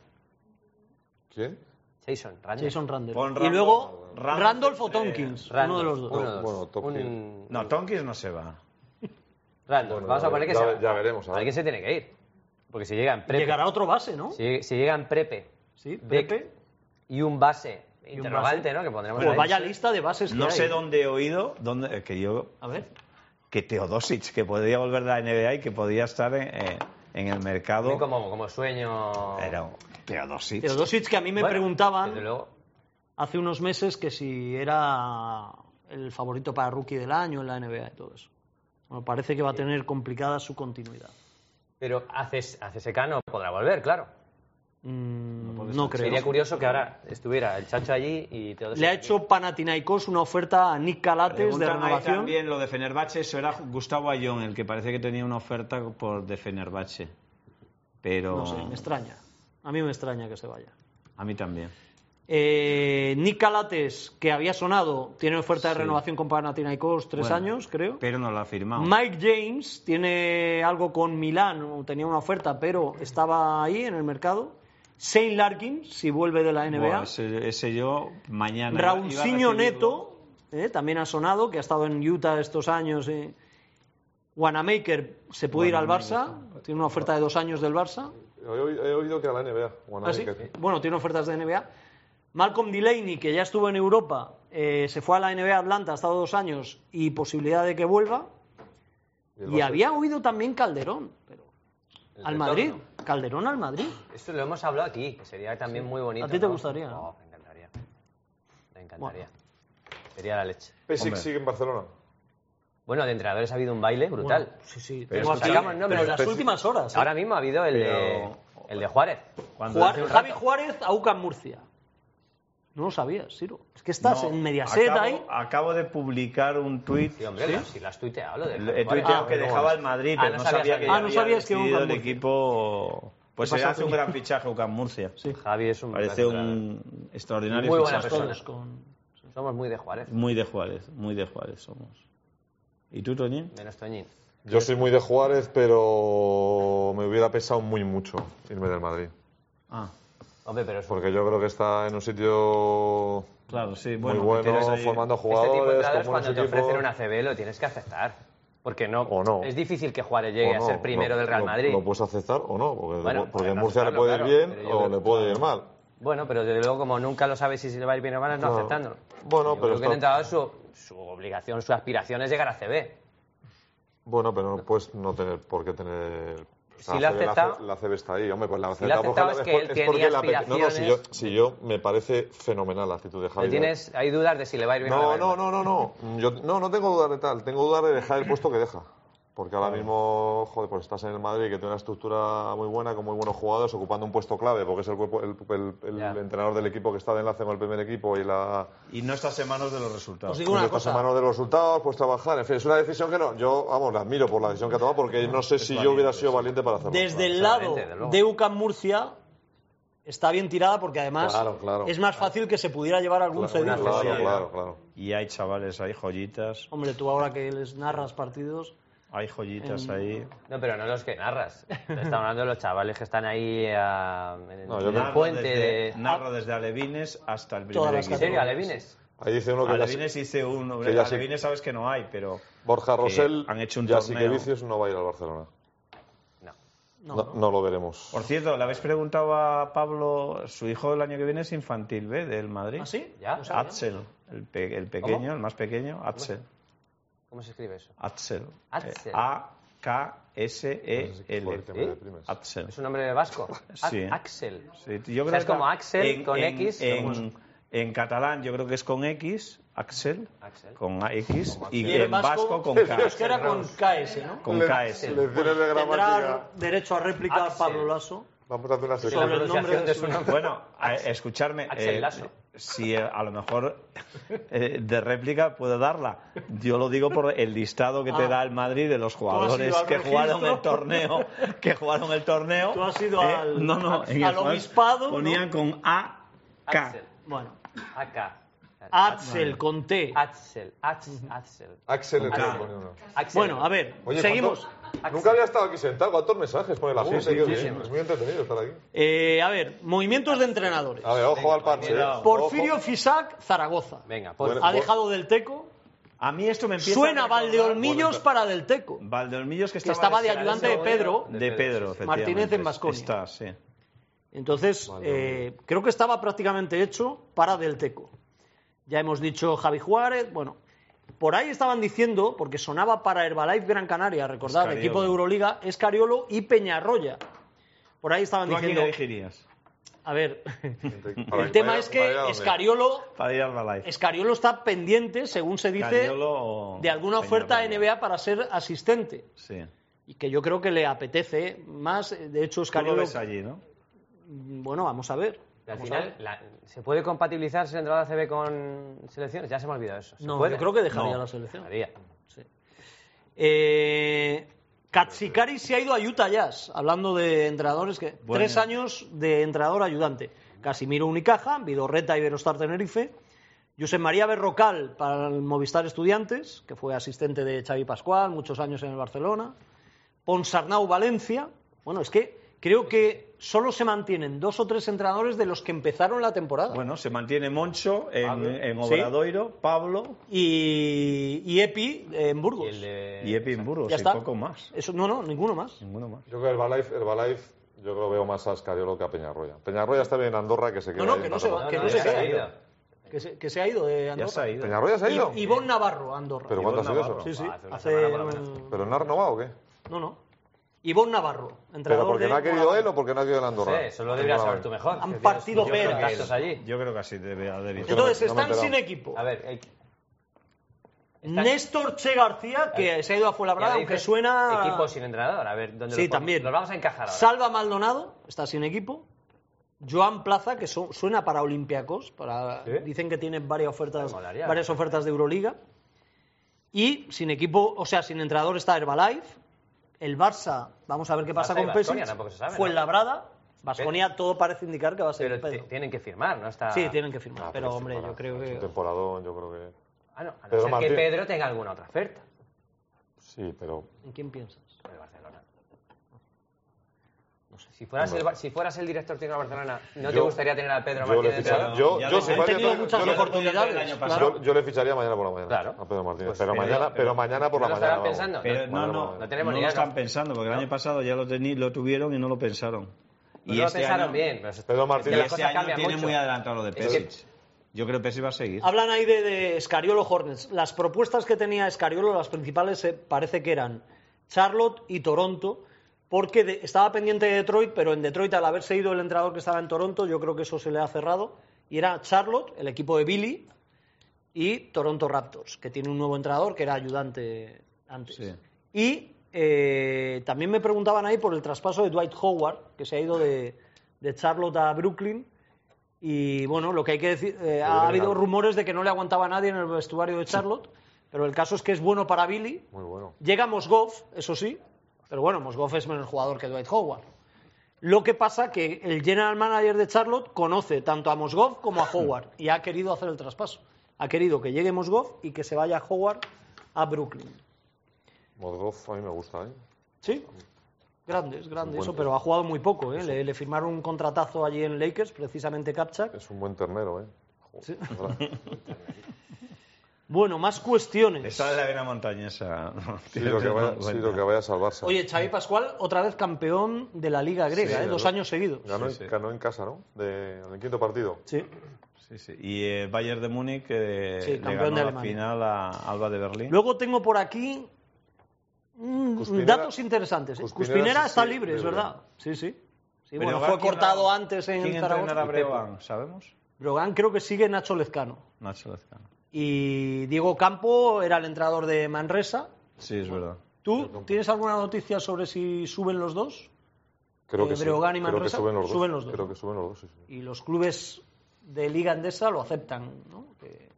S4: ¿Quién?
S2: Jason, Randall.
S1: Jason Randall.
S5: Pon
S1: y
S5: Randall.
S1: luego
S5: Randall,
S1: Randolph
S5: eh,
S1: o Tompkins,
S2: Randall.
S1: uno de los dos.
S2: Uno de los
S4: Bueno,
S2: dos.
S4: top
S2: Un-
S4: tier.
S5: No, Tonkins no se va.
S2: Random.
S4: Bueno,
S2: Vamos
S4: ya
S2: a poner
S4: ve-
S2: que
S4: ya
S2: se
S4: ve- ya veremos, a ver.
S2: Alguien se tiene que ir. Porque si llegan prepe.
S1: Llegará otro base, ¿no?
S2: Si, si llegan prepe.
S1: Sí,
S2: Beck
S1: Pepe.
S2: Y un base.
S1: un
S2: Interrogante,
S1: base.
S2: ¿no? Que pondremos
S1: Pues
S2: ahí.
S1: vaya lista de bases que
S5: No
S1: hay.
S5: sé dónde he oído, dónde, eh, que yo
S1: A ver.
S5: que Teodosic, que podía volver de la NBA y que podía estar en, eh, en el
S2: A mí
S5: mercado.
S2: Como, como sueño.
S5: Era un- Teodosic.
S1: Teodosic, que a mí me
S2: Bueno,
S1: preguntaban
S2: Desde luego.
S1: hace unos meses que si era el favorito para rookie del año en la NBA y todo eso. Bueno, parece que va a tener complicada su continuidad.
S2: Pero hace, hace secano podrá volver, claro.
S1: Mm, no creo.
S2: Sería curioso que ahora estuviera el chacho allí y Teodosic.
S1: Le ha
S2: aquí.
S1: hecho Panathinaikos una oferta a Nick Calates de
S5: Preguntan ahí
S1: renovación.
S5: también lo de Fenerbahce, eso era Gustavo Ayón, el que parece que tenía una oferta por de Fenerbahce. Pero
S1: No sé, este- me extraña. A mí me extraña que se vaya.
S5: a mí también.
S1: Eh, Nick Calates, que había sonado, tiene oferta de
S5: Sí.
S1: renovación con Panathinaikos tres
S5: Bueno,
S1: años, creo.
S5: Pero no lo ha firmado.
S1: Mike James tiene algo con Milán, o tenía una oferta, pero estaba ahí en el mercado. Shane Larkin, si vuelve de la NBA.
S5: Buah, ese, ese yo mañana. iba- iba a
S1: Rauncinho
S5: recibirlo.
S1: Neto, eh, también ha sonado, que ha estado en Utah estos años. eh. Wanamaker se puede ir al Barça, tiene una oferta de dos años del Barça.
S4: He oído, he oído que a la NBA. Bueno,
S1: Ah,
S4: hay
S1: sí.
S4: que-
S1: Bueno, tiene ofertas de NBA. Malcolm Delaney, que ya estuvo en Europa, eh, se fue a la NBA Atlanta, ha estado dos años y posibilidad de que vuelva.
S4: el
S1: Y
S4: Barça-
S1: había oído también Calderón, pero
S2: El
S1: al
S2: retorno.
S1: Madrid. Calderón al Madrid.
S2: Esto lo hemos hablado aquí, que sería también muy bonito.
S1: ¿A ti te
S2: ¿no?
S1: gustaría, no?
S2: Oh, me encantaría. Me encantaría. Sería la leche.
S4: Pesic sigue en Barcelona.
S2: Bueno, de entrenadores ha habido un baile brutal.
S1: Bueno, sí, sí.
S2: Pero
S1: tengo
S2: eso
S1: aquí-
S2: sacamos
S1: pero
S2: nombres,
S1: las
S4: pero-
S1: últimas horas. eh.
S2: Ahora mismo ha habido el, de,
S5: Pero-
S2: el de Juárez.
S5: Cuando
S1: Juar-
S2: hace un
S1: Javi
S2: rato.
S1: Juárez, AUCA Murcia. No lo sabías, Ciro. Es que estás
S5: No,
S1: en Mediaset
S5: acabo,
S1: ahí.
S5: acabo de publicar un tuit.
S2: Sí, hombre, las- si las tuiteado, lo de
S5: He
S2: Juárez.
S5: tuiteado
S1: Ah,
S5: que
S2: pero
S5: dejaba
S2: bueno.
S5: el Madrid,
S2: Ah,
S5: pero
S2: no
S5: no
S2: sabías
S5: sabía
S2: que-
S5: que
S1: Ah, no
S5: había
S1: sabías que
S5: decidido
S1: Ucán
S5: el
S1: Murcia.
S5: equipo. Pues
S1: ¿Qué
S5: se
S1: pasa
S5: hace
S1: tú?
S5: un gran fichaje Ucán Murcia.
S2: Javi es un...
S5: Parece un extraordinario
S2: Muy buena
S5: fichaje.
S2: persona.
S1: Con...
S2: Somos muy de Juárez,
S5: Muy de Juárez, muy de Juárez somos. ¿Y tú, Toñín?
S2: menos Toñín.
S4: Yo soy muy de Juárez, pero me hubiera pesado muy mucho irme del Madrid.
S5: Ah,
S2: Hombre, pero es
S4: Porque yo creo que está en un sitio
S5: claro, sí.
S4: muy
S5: Bueno, que
S4: bueno,
S5: tienes ahí-
S4: formando
S2: Este tipo de
S4: jugadores,
S2: entrenadores,
S4: con buenos
S2: cuando te
S4: equipos.
S2: ofrecen una CB lo tienes que aceptar. Porque no,
S4: O no.
S2: es difícil que Juárez llegue
S4: o no,
S2: a ser primero
S4: lo-
S2: del Real
S4: lo-
S2: Madrid.
S4: Lo, puedes aceptar o no, porque,
S2: Bueno,
S4: porque
S2: no
S4: en Murcia le
S2: aceptarlo,
S4: puede
S2: claro,
S4: ir
S2: pero
S4: bien
S2: yo
S4: o
S2: creo-
S4: le puede ir mal.
S2: Bueno, pero desde luego, como nunca lo sabes si se le va a ir bien o mal, no,
S4: Claro.
S2: aceptándolo.
S4: Bueno,
S2: Yo
S4: pero
S2: creo que el
S4: está-
S2: entrenador, su, su obligación, su aspiración es llegar a CB.
S4: Bueno, pero no puedes no tener por qué tener.
S2: Si
S4: la
S2: la
S4: CB
S2: acepta-
S4: la CB está ahí, hombre, pues la
S2: Si la
S4: acepta porque
S2: aceptaba es que él tenía
S4: porque pe- No, no, si yo,
S2: aspiraciones.
S4: si yo me parece fenomenal la actitud de
S2: Pero
S4: Javi.
S2: tienes, hay dudas de si le va a ir bien o
S4: No,
S2: le
S4: no,
S2: va a ir mal.
S4: no, no, no. Yo, no, no tengo dudas de tal. Tengo dudas de dejar el puesto que deja. Porque ahora mismo, joder, pues estás en el Madrid que tiene una estructura muy buena, con muy buenos jugadores, ocupando un puesto clave, porque es el, cuerpo- el- el- el
S2: Ya.
S4: entrenador del equipo que está de enlace con el primer equipo y la,
S5: Y no estás en manos de los
S1: Os
S5: resultados.
S1: digo una
S4: esta
S1: cosa.
S4: semana de los resultados, pues trabajar. En fin, es una decisión que no. Yo, vamos, la admiro por la decisión que ha tomado porque no sé si yo hubiera sido valiente para hacerlo.
S1: Desde el
S2: Claramente,
S1: lado
S2: desde luego.
S1: de UCAM Murcia está bien tirada porque además
S4: Claro, claro.
S1: es más fácil que se pudiera llevar algún
S4: Claro,
S1: cedido.
S4: claro, claro, claro.
S5: Y hay chavales, hay joyitas,
S1: Hombre, tú ahora que les narras partidos,
S5: hay joyitas ahí.
S2: No, pero no los que narras. Estamos hablando de los chavales que están ahí ah, en, el-
S4: No, yo
S2: en
S4: creo-
S2: el puente
S5: desde,
S2: de...
S5: narro desde Alevines hasta el
S1: Todas
S5: primer
S1: las
S2: ¿En
S5: equipo.
S2: serio, Alevines?
S4: Ahí dice uno que ya sí-
S5: Alevines hice uno.
S4: que ya sí.
S5: Alevines sabes que no hay, pero...
S4: Borja
S5: que
S4: Rosell,
S5: han hecho un
S4: ya sí que
S5: torneo.
S4: Vicius no va a ir al Barcelona.
S2: No.
S1: no,
S4: No,
S1: ¿no?
S4: no lo veremos.
S5: Por cierto, le habéis preguntado a Pablo, su hijo el año que viene es infantil B del Madrid. Pues
S1: ¿Ah, sí?
S2: ¿Ya?
S1: No sabía.
S5: Axel, el, pe- el pequeño,
S2: ¿Cómo?
S5: el más pequeño, Axel.
S2: ¿Cómo se escribe eso?
S5: Axel.
S2: Axel.
S1: ¿eh?
S4: Joder,
S5: A-K-S-E-L.
S4: que me deprimes.
S5: Axel.
S2: ¿Es un nombre vasco? A-
S5: Sí.
S2: Axel.
S5: Sí, yo
S2: O sea,
S5: creo
S2: es
S5: que
S2: como
S5: está-
S2: Axel con X,
S5: En, en catalán yo creo que es con X, Axel,
S2: Axel.
S5: con A- X, y
S1: Y
S5: que
S1: el
S5: en vasco con K.
S1: Es que era con KS, ¿no?
S5: Con
S4: Le-
S5: KS.
S4: Lecciones de
S1: Tendrá
S4: gramática.
S1: derecho a réplica
S2: Axel.
S1: Pablo Lasso.
S4: Vamos a hacer una
S2: Sí, la
S1: Sobre el
S2: pronunciación
S4: sección.
S1: nombre
S2: de
S1: de
S2: su
S1: su-
S2: nombre.
S5: Bueno, a- escucharme.
S2: Axel Lasso.
S5: Si eh, a lo mejor eh, de réplica puedo darla. Yo lo digo por el listado que te
S1: Ah.
S5: da el Madrid de los
S1: has
S5: jugadores
S1: ido al
S5: que jugaron
S1: registro.
S5: el torneo. Que jugaron el torneo. eh,
S1: Tú has ido al-
S5: no, no,
S1: al-
S5: en el
S1: al
S5: juego
S1: obispado,
S5: Ponían
S1: ¿no?
S5: con A, K.
S2: Axel.
S1: Bueno,
S2: Acá.
S1: Axel con T.
S2: Axel. Ax- Axel.
S4: Axel
S5: Con K.
S4: Hernández.
S2: Axel.
S1: Bueno, a ver,
S4: Oye,
S1: seguimos.
S4: ¿cuánto- Nunca había estado aquí sentado. ¿Cuántos mensajes pone la
S2: Uh,
S4: gente? Qué bien.
S2: muchísimos.
S4: Es muy entretenido estar aquí.
S1: Eh, a ver, movimientos de entrenadores.
S4: A ver, ojo al parche. eh.
S5: cuidado.
S4: Ojo.
S1: Porfirio Fisac, Zaragoza.
S2: Venga, por
S4: Bueno.
S1: Ha dejado del Teco.
S5: A mí esto me empieza
S1: Suena
S5: a recordar-
S1: Valdeolmillos para Del Teco.
S5: Valdeolmillos que
S1: que
S5: estaba,
S1: estaba de
S5: lesionado.
S1: ayudante de Pedro.
S5: de Pedro,
S1: Martínez
S5: efectivamente.
S1: en Baskonia.
S5: Está, sí.
S1: Entonces, eh, creo que estaba prácticamente hecho para Del Teco. Ya hemos dicho Javi Juárez, bueno, por ahí estaban diciendo, porque sonaba para Herbalife Gran Canaria, recordad,
S5: Escariolo.
S1: equipo de Euroliga, Escariolo y Peñarroya. Por ahí estaban
S5: ¿Tú a quién
S1: diciendo,
S5: elegirías?
S1: a ver,
S4: Para-
S1: el tema
S4: para-
S1: es que
S4: para ir a donde.
S1: Escariolo,
S5: Para ir al Balay.
S1: Escariolo está pendiente, según se dice,
S5: Escariolo o
S1: de alguna oferta
S5: Peñarroya.
S1: NBA para ser asistente.
S5: Sí.
S1: Y que yo creo que le apetece más. De hecho,
S5: Tú lo
S1: Escariolo. mm,
S5: ves allí, ¿no?
S1: Bueno, vamos a ver.
S2: Y Al
S1: vamos a
S2: final,
S1: ver.
S2: la- ¿se puede compatibilizar ser entrenador ACB con selecciones? Ya se me ha olvidado eso. ¿Se
S1: No,
S2: puede?
S1: yo creo que dejaría
S5: No.
S1: la selección.
S2: Dejaría.
S1: Eh, Katsikaris se ha ido a Utah Jazz, hablando de entrenadores que.
S5: Bueno.
S1: Tres años de entrenador ayudante. Casimiro Unicaja, Vidorreta Iberostar Tenerife, José María Berrocal para el Movistar Estudiantes, que fue asistente de Xavi Pascual muchos años en el Barcelona, Ponsarnau Valencia. Bueno, es que creo que solo se mantienen dos o tres entrenadores de los que empezaron la temporada.
S5: Bueno, se mantiene Moncho en,
S2: Pablo.
S5: en
S1: Sí.
S5: Obradoiro, Pablo
S1: Y, y Epi eh, en Burgos.
S2: Y el de-
S4: Eh,
S5: y Epin Burgos,
S1: ya
S5: y
S1: está.
S5: poco más.
S1: Eso, no, no, ninguno más.
S5: Ninguno más.
S4: Yo creo que Herbalife, Herbalife, yo creo que veo más a Escariolo que a Peñarroya. Peñarroya está bien en Andorra, que se queda
S1: no,
S4: ahí,
S1: que no se va,
S4: pasa
S1: que
S4: nada.
S1: no se
S2: ya
S1: queda.
S2: ha ido.
S1: Que se, que se ha ido de
S5: Ya
S1: Andorra.
S5: se ha ido.
S4: ¿Peñarroya se ha ido?
S1: Y- Ivonne Navarro, Andorra.
S4: ¿Pero cuánto ha sido eso?
S5: Navarro.
S1: Sí, sí,
S2: Ah, hace una
S1: hace-
S2: semana por lo menos.
S4: ¿Pero no ha renovado o qué?
S1: No, no. Ivonne Navarro,
S4: ¿Pero
S1: entrenador
S4: porque
S1: de
S4: no ha querido
S1: Moravia.
S4: él o porque no ha querido el Andorra?
S2: No sé, eso lo deberías
S4: Vale.
S2: saber tú mejor.
S1: Han
S2: que tienes
S1: partido
S2: muchos
S1: peras.
S2: contactos allí.
S5: Yo creo que así debe haber
S1: Entonces,
S5: ido.
S4: No me- no me
S1: están
S4: he
S1: sin
S4: enterado.
S1: equipo.
S2: A ver, eh, están-
S1: Néstor Che García, que se ha ido a Fuenlabrada,
S2: ya
S1: aunque
S2: dices,
S1: suena...
S2: Equipo sin entrenador, a ver dónde
S1: Sí,
S2: lo pon-
S1: también.
S2: Los vamos a encajar ahora.
S1: Salva Maldonado, está sin equipo. Joan Plaza, que su- suena para Olympiacos. Para,
S2: ¿Sí?
S1: Dicen que tiene varias ofertas,
S2: Me molaría.
S1: varias ofertas de Euroliga. Y sin equipo, o sea, sin entrenador está Herbalife. El Barça, vamos a ver qué pasa
S2: Barça y
S1: con
S2: Baskonia,
S1: Pesic.
S2: tampoco se sabe, ¿no?
S1: Fuenlabrada. Vasconia, todo parece indicar que va a ser
S2: Pero te-
S1: Pedro.
S2: tienen que firmar, ¿no? Está...
S1: Sí, tienen que
S4: Ah,
S1: firmar.
S4: pero
S1: Pero,
S4: sí,
S1: hombre,
S4: para-
S1: yo creo
S4: es un
S1: que...
S4: temporadón, yo creo que.
S2: Ah, no, a no
S4: Pedro
S2: ser
S4: Martín.
S2: que Pedro tenga alguna otra oferta.
S4: Sí, pero.
S1: ¿En quién piensas?
S2: El Barcelona. No sé, si fueras, el, Bar- si fueras el director técnico de Barcelona, ¿no te
S4: Yo-
S2: gustaría tener a Pedro
S4: yo le
S2: Martínez?
S4: ficharía-
S2: entrenador?
S4: Yo,
S5: Ya
S4: yo,
S5: lo
S4: si
S5: sé.
S1: Han
S4: Mario-
S1: tenido
S4: yo
S1: muchas
S4: le-
S1: oportunidades.
S5: el año
S1: claro.
S5: pasado.
S4: yo- yo le ficharía mañana por la mañana.
S2: Claro.
S4: A Pedro Martínez.
S2: Pues
S4: pero,
S2: pero-
S4: mañana, pero
S5: pero-
S4: mañana por la
S2: ¿No lo
S4: mañana.
S2: estarán pensando?
S5: Pero no, no,
S2: no
S5: no,
S2: tenemos ni
S5: lo
S2: idea,
S5: están
S2: ¿no?
S5: pensando, porque el
S2: No.
S5: año pasado ya lo, teni- lo tuvieron y no lo pensaron.
S2: Pues No lo
S5: este
S2: pensaron
S5: año-
S2: bien. pero es-
S4: Pedro
S2: es que
S4: Martínez-
S5: y
S2: las
S5: este
S2: cosas
S5: año
S2: cambian
S5: tiene
S2: mucho.
S5: muy adelantado lo de
S2: Es que-
S5: Pesic. Yo creo que Pesic va a seguir.
S1: Hablan ahí de, de Escariolo Hornets. Las propuestas que tenía Escariolo, las principales, eh, parece que eran Charlotte y Toronto, porque de- estaba pendiente de Detroit, pero en Detroit, al haberse ido el entrenador que estaba en Toronto, yo creo que eso se le ha cerrado. Y era Charlotte, el equipo de Billy, y Toronto Raptors, que tiene un nuevo entrenador que era ayudante antes.
S5: Sí.
S1: Y eh, también me preguntaban ahí por el traspaso de Dwight Howard, que se ha ido de, de Charlotte a Brooklyn. Y bueno, lo que hay que decir, eh, ha habido rumores de que no le aguantaba nadie en el vestuario de Charlotte, pero el caso es que es bueno para Billy.
S4: Muy bueno.
S1: Llega Mosgov, eso sí, pero bueno, Mosgov es menos jugador que Dwight Howard. Lo que pasa que el general manager de Charlotte conoce tanto a Mosgov como a Howard y ha querido hacer el traspaso. Ha querido que llegue Mosgov y que se vaya Howard a Brooklyn.
S4: Modgov a mí me gusta, ¿eh?
S1: Sí, grande, es grande
S4: buen
S1: eso,
S4: tío.
S1: pero ha jugado muy poco. ¿eh? Le, le firmaron un contratazo allí en Lakers, precisamente Kapchak.
S4: Es un buen ternero, ¿eh? Joder, otra.
S1: Bueno, más cuestiones.
S5: Le sale la vena montañesa.
S4: Sí, lo que vaya, sí, lo que vaya a salvarse.
S1: Oye, Xavi Pascual, otra vez campeón de la Liga Griega,
S4: Sí,
S1: ¿eh? dos
S4: ganó.
S1: años seguidos.
S4: ganó, en- ganó en casa, ¿no? De, en el quinto partido.
S1: Sí.
S5: Sí, sí. Y eh, Bayern de Múnich eh,
S1: Sí,
S5: le
S1: campeón
S5: ganó
S1: de
S5: la
S1: Alemania.
S5: final a Alba de Berlín.
S1: Luego tengo por aquí mm,
S4: Cuspinera-
S1: datos interesantes. ¿eh? Cuspinera,
S4: Cuspinera sí,
S1: está
S4: sí,
S1: libre, es
S4: libre.
S1: verdad. Sí, sí. Sí,
S5: Pero
S1: bueno,
S5: Gaki
S1: fue cortado
S5: no-
S1: antes en
S5: ¿Quién entrenará a
S1: Zaragoza.
S5: Breogán? ¿Sabemos?
S1: Brogan creo que sigue Nacho Lezcano.
S5: Nacho Lezcano.
S1: Y Diego Campo era el entrenador de Manresa.
S5: Sí, es verdad.
S1: ¿Tú tienes alguna noticia sobre si suben los dos?
S4: Creo
S1: Eh,
S4: que sí.
S1: Breogán y
S4: Creo que
S1: Manresa
S4: suben los dos.
S1: suben los dos,
S4: Creo
S1: ¿no?
S4: que suben los dos, sí, sí.
S1: Y los clubes de Liga Andesa lo aceptan, ¿no? Que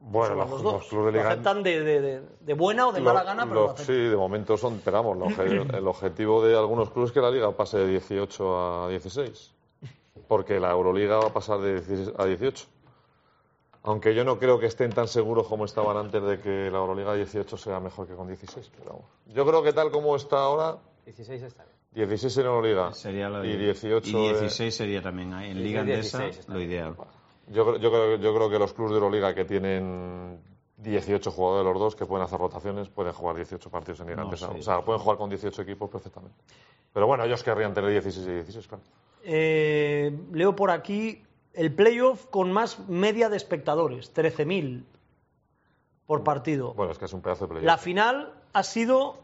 S4: Bueno,
S1: suban
S4: los,
S1: los
S4: los
S1: dos.
S4: clubes de
S1: Lo
S4: Liga
S1: aceptan de, de- de- de buena o de
S4: Lo-
S1: mala gana, pero
S4: lo-
S1: lo
S4: sí,
S1: aceptan.
S4: de momento son, esperamos, la oje- el objetivo de algunos clubes es que la liga pase de 18 a 16, porque la Euroliga va a pasar de 16 a 18. Aunque yo no creo que estén tan seguros como estaban antes de que la Euroliga 18 sea mejor que con 16. Pero vamos. Yo creo que tal como está ahora,
S2: 16 está bien.
S4: 16 en Euroliga
S5: Sería lo
S4: y
S5: ideal.
S4: 18
S5: Y
S4: de-
S5: 16 sería también ahí. En Liga
S2: 16
S5: Andesa,
S2: está
S5: lo
S2: bien.
S5: ideal.
S4: Yo, creo- yo, creo, yo creo que los clubes de Euroliga que tienen 18 jugadores los dos que pueden hacer rotaciones, pueden jugar 18 partidos en Liga
S3: No,
S4: Endesa.
S3: sí.
S4: O sea, pueden jugar con 18 equipos perfectamente. Pero bueno, ellos querrían tener 16 y 16, claro.
S1: Eh, leo por aquí el playoff con más media de espectadores, 13.000 por partido.
S4: Bueno, es que es un pedazo de playoff.
S1: La final ha sido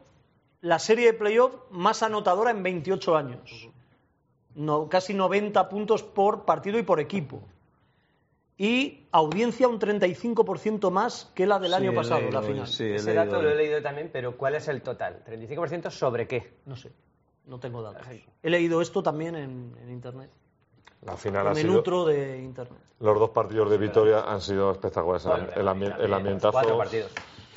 S1: la serie de playoff más anotadora en 28 años. No, casi 90 puntos por partido y por equipo. Y audiencia un 35% más que la del
S3: Sí,
S1: año
S3: he
S1: pasado,
S3: leído,
S1: la final.
S3: sí, he
S2: Ese
S3: leído.
S2: dato lo he leído también, pero ¿cuál es el total? ¿35% sobre qué?
S1: No sé, no tengo datos. He leído esto también en, en Internet.
S4: La final ha
S1: Me
S4: sido...
S1: nutro de Internet.
S4: Los dos partidos de Vitoria han sido espectaculares.
S2: Bueno,
S4: el, ambi-
S2: también,
S4: el ambientazo...
S2: Cuatro partidos.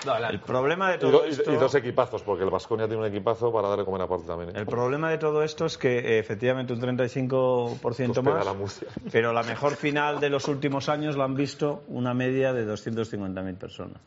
S2: No, la-
S5: El problema de
S4: Y,
S5: todo
S4: do- y-
S5: esto...
S4: y dos equipazos, porque el Vasconia tiene un equipazo para darle comer aparte también. ¿eh?
S5: El problema de todo esto es que eh, efectivamente un 35%
S4: Nos pega
S5: más,
S4: la Murcia.
S5: pero la mejor final de los últimos años la han visto una media de 250.000 personas,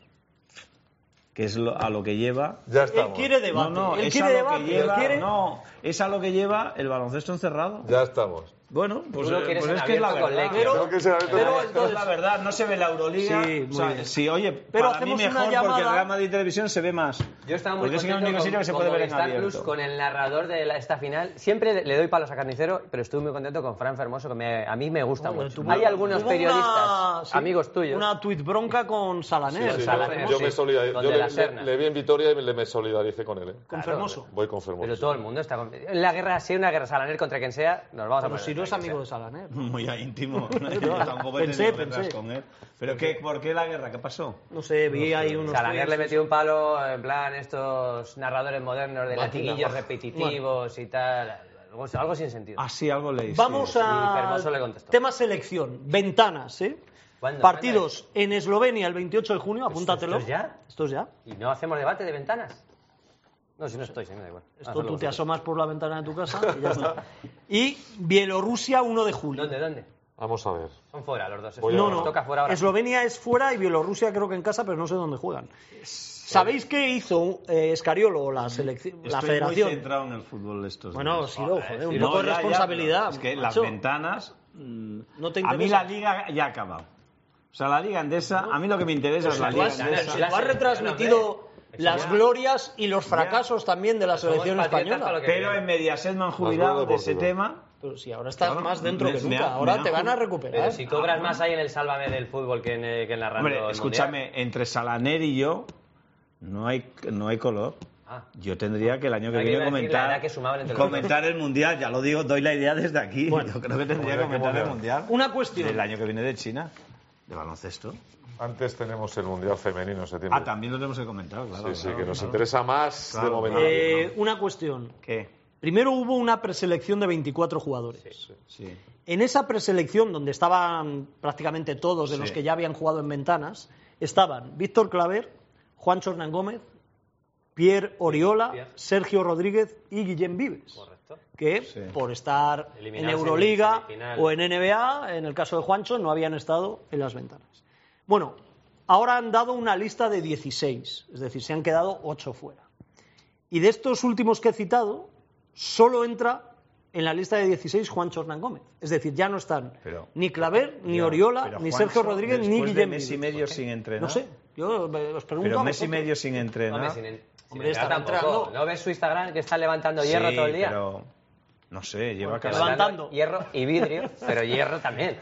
S5: que es lo- a lo que lleva...
S4: Ya
S1: Él
S4: estamos.
S1: quiere debate.
S5: No, no,
S1: él
S5: es
S1: quiere
S5: a lo
S1: debate.
S5: que lleva,
S1: él quiere...
S5: no, es a lo que lleva el baloncesto encerrado.
S4: Ya estamos.
S5: Bueno, pues,
S2: Tú lo
S5: eh,
S2: quieres
S5: pues
S2: en
S5: es que es la
S2: abierto con
S5: verdad.
S2: Leque, ¿no?
S4: Creo que se la mete
S1: pero
S4: la-
S5: Esto es la verdad, no se ve la Euroliga.
S1: Sí, muy
S5: o sea,
S1: bien.
S5: sí, oye,
S1: Pero
S5: para mí
S1: hacemos una
S5: mejor porque
S1: llamada-
S5: el Real Madrid Televisión se ve más.
S2: Yo estaba muy
S5: porque es que es el
S2: contento
S5: único
S2: con,
S5: sitio que se
S2: con
S5: puede ver en
S2: Movistar Plus,
S5: abierto.
S2: con el narrador de la- esta final. Siempre le- le doy palos a Carnicero, pero estuve muy contento con Fran Fermoso, que me- a mí me gusta
S1: Hombre,
S2: mucho.
S1: tú-
S2: Hay algunos
S1: tuvo
S2: periodistas,
S1: una- sí,
S2: amigos tuyos.
S1: Una tuit bronca con Salaner.
S4: Sí,
S2: o
S4: sí,
S2: sea, la
S4: yo-
S2: tenemos,
S4: yo
S2: sí.
S4: me solidarizo.
S2: Donde
S4: Yo
S2: la
S4: le,
S2: Serna.
S4: le- le vi en Vitoria y me, le- me solidaricé con él. ¿eh?
S1: con
S2: Claro,
S1: Fermoso.
S4: Voy con Fermoso.
S2: Pero todo el mundo está... con- En la guerra, si hay una guerra Salaner contra quien sea, nos vamos a
S1: Pero
S2: poner... ¿eh?
S1: si no es
S2: contra quien
S1: amigo de Salaner.
S5: Muy íntimo. Tampoco he
S1: Pensé,
S5: tenido guerras
S1: pensé.
S5: con él. Pero qué, ¿por qué la guerra? ¿Qué pasó?
S1: No sé, vi ahí unos.
S2: sea. Salaner le
S1: tweets.
S2: metió un palo, en plan, estos narradores modernos de
S4: Máquina.
S2: latiguillos repetitivos y tal. Algo, algo sin sentido.
S5: Ah, sí, algo leí. sí.
S1: Vamos
S2: Y
S1: a.
S2: Fermoso le contestó.
S1: Tema selección. Ventanas, ¿eh?
S2: ¿Cuándo?
S1: Partidos en Eslovenia el 28 de junio, apúntatelo.
S2: esto es ya?
S1: Esto es ya.
S2: ¿Y no hacemos debate de ventanas? No, si no estoy, si no da igual.
S1: Esto
S2: Hacedlo
S1: tú te
S2: vosotros.
S1: asomas por la ventana de tu casa y ya está. Y Bielorrusia 1 de julio.
S2: ¿Dónde, dónde?
S4: Vamos a ver.
S2: Son fuera los dos.
S4: Voy a-
S2: Eso
S1: No,
S2: nos
S1: no.
S2: toca fuera ahora.
S1: Eslovenia es fuera y Bielorrusia creo que en casa, pero no sé dónde juegan. ¿Sabéis qué hizo eh, Escariolo o la, selección,
S5: Estoy
S1: la
S5: muy
S1: federación?
S5: centrado en el fútbol de estos
S1: Bueno,
S5: días.
S1: sí, lo, joder, un
S2: sí,
S1: poco
S5: No,
S1: de
S5: ya, ya,
S1: responsabilidad.
S5: pero es que
S1: macho.
S5: las ventanas. mm,
S1: No te
S5: a mí
S1: interesa.
S5: la liga ya ha acabado. O sea, la liga endesa. A mí lo que me interesa es la
S1: Tú
S5: liga
S1: has,
S2: Ganar,
S5: endesa.
S1: tú
S2: la-
S1: has retransmitido las glorias y los fracasos también de la
S2: Somos
S1: selección
S2: patriotas para
S1: española.
S2: lo que
S5: Pero en Mediaset me han
S4: gordo
S5: jubilado de
S4: por
S5: ese
S4: culo.
S5: tema.
S1: Pero si ahora estás
S5: Claro,
S1: más dentro
S5: me-
S1: que
S5: me
S1: nunca,
S5: ha-
S1: ahora
S5: me
S1: te
S5: ha Eh,
S1: van a
S5: jugado.
S1: recuperar.
S2: Pero si cobras
S1: Ah,
S2: más ahí en el Sálvame del fútbol que en, eh, que en la radio.
S5: Hombre,
S2: mundial.
S5: escúchame, entre Salaner y yo no hay, no hay color.
S2: Ah,
S5: Yo tendría que el año que
S2: Aquí iba
S5: viene
S2: a decir la
S5: comentar,
S2: edad que sumaban entre los
S5: comentar el mundial. Ya lo digo, doy la idea desde aquí.
S1: Bueno.
S5: yo creo que tendría que
S4: Bueno, ¿qué
S5: comentar el
S4: mundial?
S5: mundial.
S1: Una
S5: Del
S1: cuestión.
S5: año que viene de China, de baloncesto.
S4: Antes tenemos el Mundial Femenino en septiembre.
S5: Ah, también lo tenemos que comentar, claro.
S4: Sí, sí,
S5: claro,
S4: que nos
S5: claro.
S4: interesa más de
S5: Claro,
S4: momento.
S1: Eh, una cuestión.
S5: ¿Qué?
S1: Primero hubo una preselección de 24 jugadores.
S5: Sí.
S1: En esa preselección, donde estaban prácticamente todos de
S5: Sí.
S1: los que ya habían jugado en ventanas, estaban Víctor Claver, Juancho Hernán Gómez, Pierre Oriola,
S2: Pierre.
S1: Sergio Rodríguez y Guillem Vives.
S2: correcto.
S1: que
S5: Sí.
S1: por estar en
S2: Eliminados en
S1: Euroliga
S2: semifinal.
S1: o en NBA, en el caso de Juancho, no habían estado en las ventanas. Bueno, ahora han dado una lista de 16, es decir, se han quedado 8 fuera. Y de estos últimos que he citado, solo entra en la lista de 16 Juancho Hernán Gómez. Es decir, ya no están
S5: Pero-
S1: ni Claver, ni
S5: Ya,
S1: Oriola,
S5: pero
S1: ni
S5: Juancho,
S1: Sergio Rodríguez, ni
S5: después de
S1: Guillem
S5: mes y
S1: Vives.
S5: medio sin entrenar.
S1: No sé, yo eh, os pregunto.
S5: Pero
S1: a
S5: mes y
S1: vosotros.
S5: medio sin
S2: Hombre,
S5: entrenar.
S2: sin en- sin
S1: Hombre,
S2: entrar
S1: estará
S2: tampoco.
S1: entrando.
S2: ¿No ves su Instagram que está levantando hierro
S5: Sí,
S2: todo el día?
S5: pero no sé, lleva
S2: Porque
S5: casi...
S1: Levanta- Levantando.
S2: Hierro y vidrio, pero hierro también.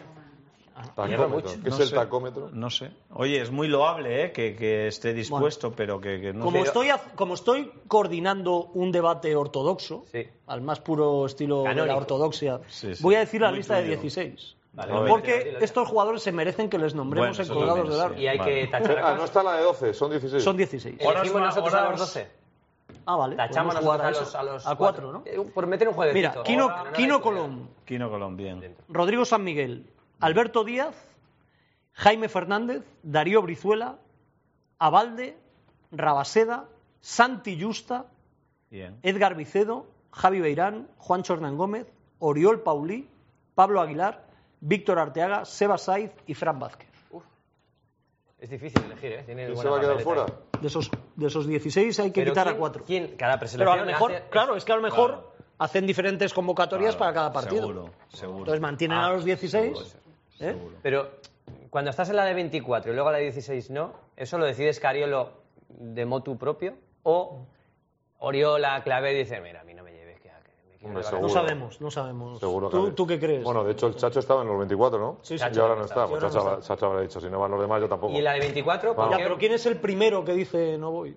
S4: Tacómetro.
S2: mucho.
S4: ¿Qué es
S5: No
S4: el
S5: sé.
S4: tacómetro?
S5: No sé. Oye, es muy loable ¿eh? que, que esté dispuesto, pero que, que no
S1: Como
S5: sé.
S1: estoy, haz- como estoy coordinando un debate ortodoxo,
S2: Sí.
S1: al más puro estilo de
S2: Canónico.
S1: la ortodoxia,
S5: Sí, sí.
S1: voy a decir la
S5: Muy
S1: lista de
S5: tuyo.
S1: 16.
S2: Vale,
S4: no,
S1: porque
S2: dilo, dilo ya.
S1: estos jugadores se merecen que les nombremos
S5: Bueno,
S1: en
S5: eso
S1: colgados
S5: también,
S1: del
S5: sí.
S1: árbol.
S2: Y hay que tachar a
S4: Ah, no está la de 12, son 16.
S1: Son 16.
S5: Ahora
S2: Elegimos
S5: os-
S2: nosotros
S5: ahora
S2: a los
S5: os-
S2: 12.
S1: Ah, vale.
S2: Tachamos
S1: podemos
S2: nosotros
S1: jugar
S2: a
S1: eso.
S2: los, a los
S1: A cuatro, ¿no?
S2: Eh, Por meter un jueguecito.
S1: Mira, Kino,
S2: Ahora, ¿eh? no, no,
S1: Kino
S2: no,
S1: Colón,
S5: Quino Colón, bien.
S1: Rodrigo San Miguel, Alberto Díaz, Jaime Fernández, Darío Brizuela, Abalde, Rabaseda, Santi Justa,
S5: Bien.
S1: Edgar Vicedo, Javi Beirán, Juancho Hernán Gómez, Oriol Paulí, Pablo Aguilar, Víctor Arteaga, Seba Saiz y Fran Vázquez.
S2: Es difícil elegir, ¿eh? Tiene
S4: ¿Quién se
S2: buena
S4: va a quedar
S2: papeleta
S4: fuera?
S2: ahí.
S1: De esos, de esos 16 hay que
S2: Pero
S1: quitar a
S2: ¿quién-
S1: cuatro.
S2: ¿Quién? Cada
S1: Pero
S2: preselección
S1: a lo mejor,
S2: hace-
S1: claro, es que a lo mejor
S5: Claro.
S1: hacen diferentes convocatorias para cada partido.
S5: Seguro, seguro.
S1: Entonces mantienen
S2: Ah,
S1: a los 16.
S2: seguro,
S1: ¿eh?
S5: seguro.
S2: Pero cuando estás en la de 24 y luego a la de 16 no, ¿Eso lo decide Scariolo de motu propio? ¿O Oriola Clavé dice, mira, a mí no me lleves, que, que me quiero
S4: Hombre,
S2: acabar"?
S4: seguro.
S1: No sabemos, no sabemos.
S4: Seguro que
S1: ¿Tú,
S4: habría-
S1: tú qué crees?
S4: Bueno, de hecho, el Chacho estaba en los 24, ¿no?
S1: Sí, sí.
S4: Y ahora
S2: Chacho
S4: no está.
S1: no
S4: Pues
S1: está.
S4: Chacho, habrá- Chacho habrá dicho, si no van los demás, yo tampoco.
S2: ¿Y la de 24?
S4: Vamos.
S2: ¿Por
S1: Ya,
S2: qué?
S1: pero ¿quién es el primero que dice no voy?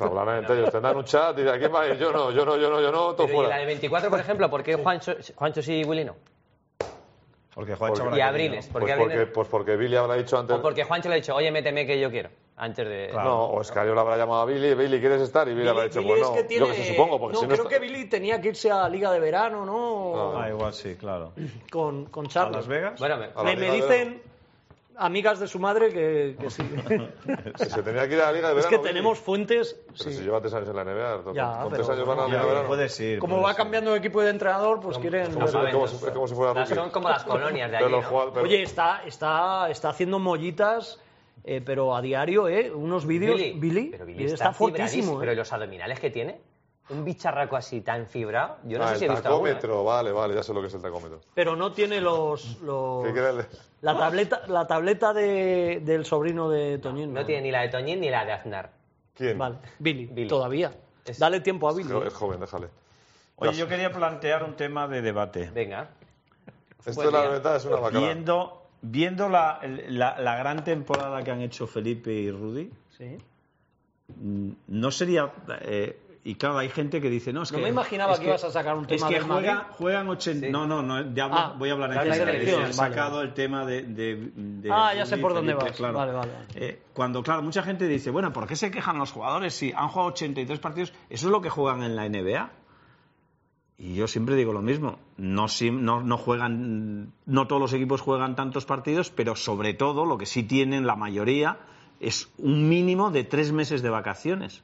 S4: Hablarán Pues entre ellos, tendrán un chat y dirán, ¿quién va? a ir? Yo no, yo no, yo no, yo no, todo
S2: Pero ¿Y la
S4: fuera.
S2: de 24, por ejemplo? ¿Por qué Juancho, Juancho sí y Willy no?
S5: Porque Juancho
S4: Porque-
S2: Y
S5: habrá querido.
S2: Abriles. ¿Por qué
S4: Pues
S2: Abriles?
S4: porque, pues porque Billy habrá dicho antes...
S2: O porque Juancho le ha dicho, oye, méteme que yo quiero. Antes de.
S5: Claro.
S4: No, o Escario le habrá llamado a Billy, Billy, ¿quieres estar? Y Billy, habrá dicho, pues
S1: es
S4: no.
S1: que tiene-
S4: Yo que sé, supongo, porque
S1: no,
S4: si no
S1: creo
S4: está-
S1: que Billy tenía que irse a Liga de Verano, ¿no?
S5: Ah, igual sí, claro.
S1: Con, con
S5: ¿A
S1: Charles.
S5: Las Vegas?
S2: Bueno, me-
S4: A la
S1: Me,
S4: Liga
S1: me
S4: de
S1: dicen amigas de su madre que, que sí.
S4: Si se tenía que ir a la Liga de
S1: es
S4: Verano...
S1: que
S4: Billy.
S1: tenemos fuentes.
S4: Pero
S1: sí.
S4: si lleva tres años en la NBA, con-
S1: Ya,
S4: con
S1: pero
S4: tres años van a pues,
S5: Ya,
S4: la Liga de Verano.
S5: puedes ir.
S1: Como
S5: puedes
S1: va
S5: ir.
S1: cambiando de equipo de entrenador, pues quieren.
S4: como si-
S1: ver-
S4: como si- es como si fuera
S2: Las-
S4: rookie.
S2: Son como las colonias de
S4: Pero
S2: allí.
S4: los
S2: ¿no?
S4: jugadores- pero-
S1: Oye, está, está, está haciendo mollitas, eh, pero a diario, ¿eh? Unos vídeos. Billy,
S2: pero Billy
S1: Billy
S2: está,
S1: está, fortísimo.
S2: fibradísimo. Pero
S1: ¿eh?
S2: los abdominales que tiene, un bicharraco así tan fibrado, yo no
S4: Ah,
S2: sé si he
S4: el
S2: visto alguno, ¿eh?
S4: tacómetro, vale, vale, ya sé lo que es el tacómetro.
S1: Pero no tiene los. los-
S4: ¿Qué quiere el-
S1: La tableta, la tableta de- del sobrino de Toñín.
S2: No tiene ni la de Toñín ni la de Aznar.
S4: ¿Quién?
S1: Vale, Billy,
S2: Billy.
S1: todavía.
S2: Es-
S1: Dale tiempo a Billy. eh.
S4: Jo- Es joven, déjale.
S5: Oye, yo quería plantear un tema de debate.
S2: Venga.
S4: Esto
S2: Buen
S4: de la
S2: día.
S4: verdad es una bacala.
S5: Viendo, viendo la, la- la gran temporada que han hecho Felipe y Rudy,
S1: Sí.
S5: mm, no sería. eh, y claro, hay gente que dice, no, es
S1: No
S5: que.
S1: me imaginaba que ibas a sacar un tema
S5: Es que
S1: del
S5: juega-
S1: Madrid.
S5: juegan 80. No, no, no, ya hablo-
S1: Ah,
S5: voy a hablar en
S1: la
S5: general.
S1: selección,
S5: Han
S1: vale,
S5: sacado
S1: vale.
S5: el tema de. de- de
S1: Ah, ya
S5: Rudy,
S1: sé por dónde
S5: Felipe,
S1: vas. Vale, vale.
S5: Eh, cuando, claro, mucha gente dice, bueno, ¿por qué se quejan los jugadores si han jugado 83 partidos? Eso es lo que juegan en la NBA. Y yo siempre digo lo mismo. No, si- no, no juegan, no todos los equipos juegan tantos partidos, pero sobre todo lo que sí tienen la mayoría es un mínimo de tres meses de vacaciones.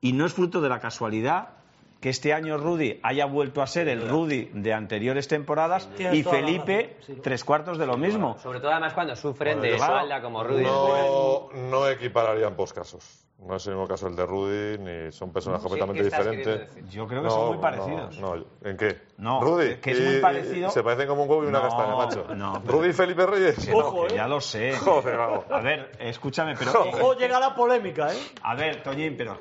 S5: Y no es fruto de la casualidad que este año Rudy haya vuelto a ser el Rudy de anteriores temporadas
S1: Tienes
S5: y
S1: toda la
S5: Felipe
S1: razón, sí.
S5: tres cuartos de lo mismo.
S2: Sobre todo, además, cuando sufren
S5: Bueno,
S2: de
S5: claro.
S2: espalda como Rudy.
S4: No, no equipararía ambos casos. No es el mismo caso el de Rudy, ni son personas
S2: Sí, ¿qué
S4: completamente
S2: estás queriendo
S4: diferentes.
S2: decir?
S5: Yo creo que
S4: No,
S5: son muy
S4: no,
S5: parecidos.
S4: No, ¿En qué?
S5: No,
S4: Rudy.
S5: que es
S4: y-
S5: muy
S4: y-
S5: parecido.
S4: Se parecen como un huevo y una
S5: No,
S4: castaña, macho.
S5: no, pero-
S4: Rudy y Felipe Reyes.
S1: Ojo,
S5: Que
S1: ¿eh?
S5: Ya lo sé.
S4: Joder, vamos.
S5: A ver, escúchame, pero
S1: Ojo, llega la polémica, ¿eh?
S5: A ver, Toñín, pero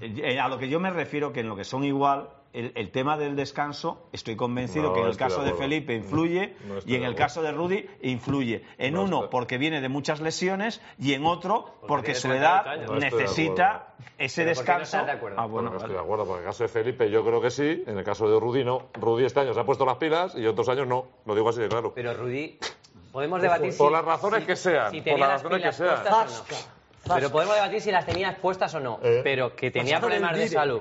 S5: eh, eh, a lo que yo me refiero, que en lo que son igual, el, el tema del descanso, estoy convencido
S4: No,
S5: que en el
S4: estoy de
S5: caso de,
S4: acuerdo.
S5: Felipe influye
S4: No, no estoy
S5: y en
S4: de
S5: el
S4: acuerdo.
S5: caso de Rudy influye. En
S4: No
S5: uno
S4: estoy-
S5: porque viene de muchas lesiones y en otro porque
S2: tiene
S5: su
S2: 38
S5: edad
S2: años. No
S4: estoy de
S5: necesita
S2: Pero ¿por
S5: ese
S2: qué no
S5: descanso.
S2: estás de acuerdo?
S5: Ah, bueno,
S4: no estoy
S5: vale.
S4: de acuerdo, porque en el caso de Felipe yo creo que sí, en el caso de Rudy no. Rudy este año se ha puesto las pilas y otros años no, lo digo así de claro.
S2: Pero Rudy, podemos debatir si.
S4: por las razones que sean,
S2: si
S4: por
S2: tenía
S4: las
S2: las
S4: razones que
S2: pilas
S4: sean.
S2: puestas o no.
S1: Zasca,
S2: Pero podemos debatir si las tenías puestas o no.
S4: Eh.
S2: Pero que tenía
S1: Pasado del
S2: problemas de
S1: vídeo.
S2: salud,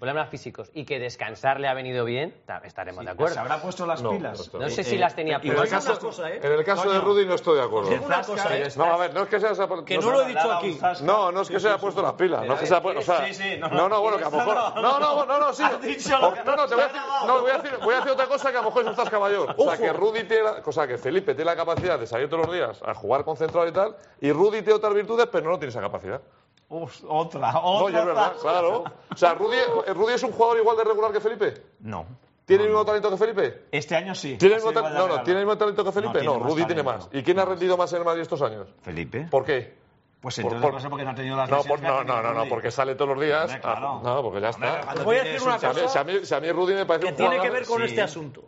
S2: problemas físicos, y que descansar le ha venido bien, ta- estaremos de
S4: pues
S2: acuerdo.
S5: ¿Se habrá puesto las
S4: No, no
S5: pilas?
S4: estoy-
S2: No sé
S5: Eh,
S2: si
S5: eh,
S2: las tenía
S4: en, el
S1: digo
S2: puestas.
S4: caso,
S1: una cosa, ¿eh?
S4: en el caso de
S5: Coño.
S4: Rudy no estoy de acuerdo.
S1: Digo una
S5: Zasca,
S1: cosa,
S5: pero
S1: ¿eh?
S5: es-
S4: No, a ver, no es que se haya...
S1: Que
S4: no
S1: no lo he dicho aquí.
S4: No, no es que se haya puesto las pilas, no es que se haya puesto, o sea,
S5: Sí, sí, no,
S4: no,
S5: no.
S4: no, bueno, que a lo mejor, no, no, no, no, sí,
S5: Has dicho lo
S4: O-
S5: que
S4: no, no, te voy a decir,
S5: grabado.
S4: no, voy a decir, voy a decir otra cosa que a lo mejor es un zasca mayor, o sea, que Rudy tiene, la, o sea, que Felipe tiene la capacidad de salir todos los días a jugar concentrado y tal, y Rudy tiene otras virtudes, pero no tiene esa capacidad.
S5: Uf, otra,
S4: No,
S5: otra.
S4: y es verdad,
S5: zasca.
S4: claro. O sea, Rudy, Rudy es un jugador igual de regular que Felipe.
S5: No.
S4: ¿Tiene el mismo talento que Felipe?
S5: Este año sí.
S4: ¿Tiene el
S5: Ha sido
S4: mismo ta-
S5: igual de
S4: no, no,
S5: regalado.
S4: ¿tiene el mismo talento que Felipe? No,
S5: más
S4: Rudy tiene
S5: talento.
S4: más. ¿Y quién ha rendido más en el Madrid estos años?
S5: Felipe.
S4: ¿Por qué?
S5: Pues
S4: Por-
S5: entonces
S4: por-
S5: no sé por qué no ha tenido las
S4: No,
S5: lesiones
S4: por-
S5: que ha
S4: no, no,
S5: tenido
S4: no, no,
S5: Rudy.
S4: porque sale todos los días.
S5: Hombre, claro.
S4: Ah, no, porque ya
S5: Hombre,
S4: está.
S5: cuando
S1: Voy a
S5: tienes
S1: decir una
S5: un
S4: Si a, mí, si a mí- si a mí Rudy me parece
S1: que
S4: un
S1: tiene
S4: jugador-
S1: que ver con
S5: sí.
S1: este asunto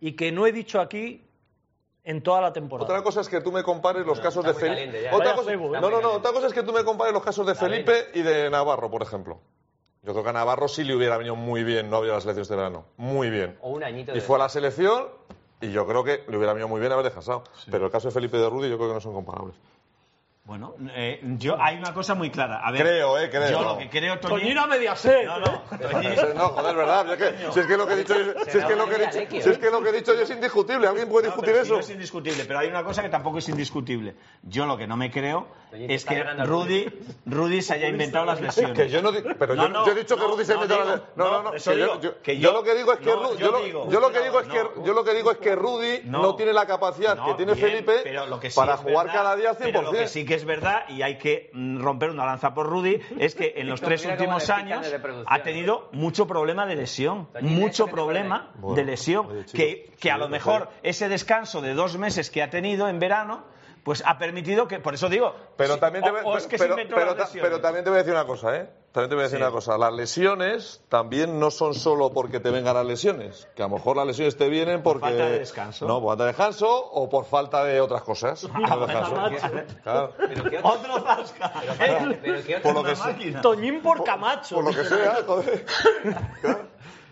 S1: y que no he dicho aquí en toda la temporada.
S4: Otra cosa es que tú me compares los casos de
S2: muy caliente
S4: Felipe.
S2: ya,
S4: Otra
S1: Vaya
S4: cosa,
S1: cebo, ¿eh?
S4: no, no, no. Otra cosa es que tú me compares los casos de Felipe y de Navarro, por ejemplo. Yo creo que a Navarro sí le hubiera venido muy bien no había las selecciones de verano. Muy bien.
S2: O un añito de.
S4: Y fue a la selección y yo creo que le hubiera venido muy bien haber descansado. Pero el caso de Felipe y de Rudy yo creo que no son comparables.
S5: Bueno, eh, yo hay una cosa muy clara. A ver,
S4: Creo, eh, creo.
S5: Yo lo que creo, Toñi-
S1: Toñina media sed.
S5: No, eh. no. Toñi-
S4: No, joder, es verdad. yo que- si es que lo que he dicho, es- si es que lo que he dicho, si es que lo que he dicho yo es indiscutible. ¿Alguien puede
S5: No,
S4: discutir
S5: pero si
S4: eso?
S5: no es indiscutible, pero hay una cosa que tampoco es indiscutible. Yo lo que no me creo
S2: Toñi, te
S5: es
S2: está
S5: que
S2: ganando
S5: Rudy, Rudy se haya inventado las lesiones.
S4: Que yo no, di- pero
S5: No,
S4: yo,
S5: no,
S4: yo he dicho que
S5: no,
S4: Rudy se
S5: no
S4: metió a la-
S5: digo,
S4: No, no,
S5: no,
S4: no.
S5: eso
S4: que yo-
S5: digo,
S4: yo,
S5: que
S4: yo
S5: yo-
S4: lo que digo es que
S5: no,
S4: Ru-
S5: yo
S4: yo lo-
S5: digo,
S4: yo lo que
S5: no,
S4: digo es que
S5: no.
S4: yo lo que digo es que Rudy no,
S5: No.
S4: tiene la capacidad que
S5: No,
S4: tiene
S5: bien,
S4: Felipe
S5: pero lo que sí
S4: para
S5: es
S4: jugar
S5: verdad-
S4: cada día al 100%.
S5: Pero lo que sí que es verdad, y hay que mm, romper una lanza por Rudy, es que en los
S2: Esto
S5: tres
S2: mira cómo
S5: últimos
S2: le pican
S5: años
S2: desde producción, ¿eh?
S5: ha tenido mucho problema de lesión.
S2: Toñi, ¿ves
S5: Mucho
S2: que te pone
S5: problema
S4: ahí?
S5: de lesión.
S4: Bueno, oye, chicos,
S5: que, que a
S4: sí,
S5: lo
S4: lo
S5: mejor
S4: sé.
S5: ese descanso de dos meses que ha tenido en verano, pues ha permitido que, por eso digo,
S4: Pero
S5: si-
S4: también te
S5: o-
S4: voy-
S5: o es que se
S4: pero-
S5: inventó
S4: pero
S5: las
S4: ta-
S5: lesiones.
S4: pero también te voy a decir una cosa, ¿eh? También te voy a decir
S5: Sí.
S4: una cosa. Las lesiones también no son solo porque te vengan las lesiones. Que a lo mejor las lesiones te vienen porque.
S5: falta de descanso.
S4: No, por falta de descanso o por falta de otras cosas. No descanso. Claro.
S2: Pero qué otro-
S5: Otro zasca.
S2: pero- pero qué otro-
S4: Oh, Por lo que
S5: Una
S4: sea.
S5: máquina.
S1: Toñín por
S4: Por-
S1: Camacho.
S4: Por lo que sea, joder.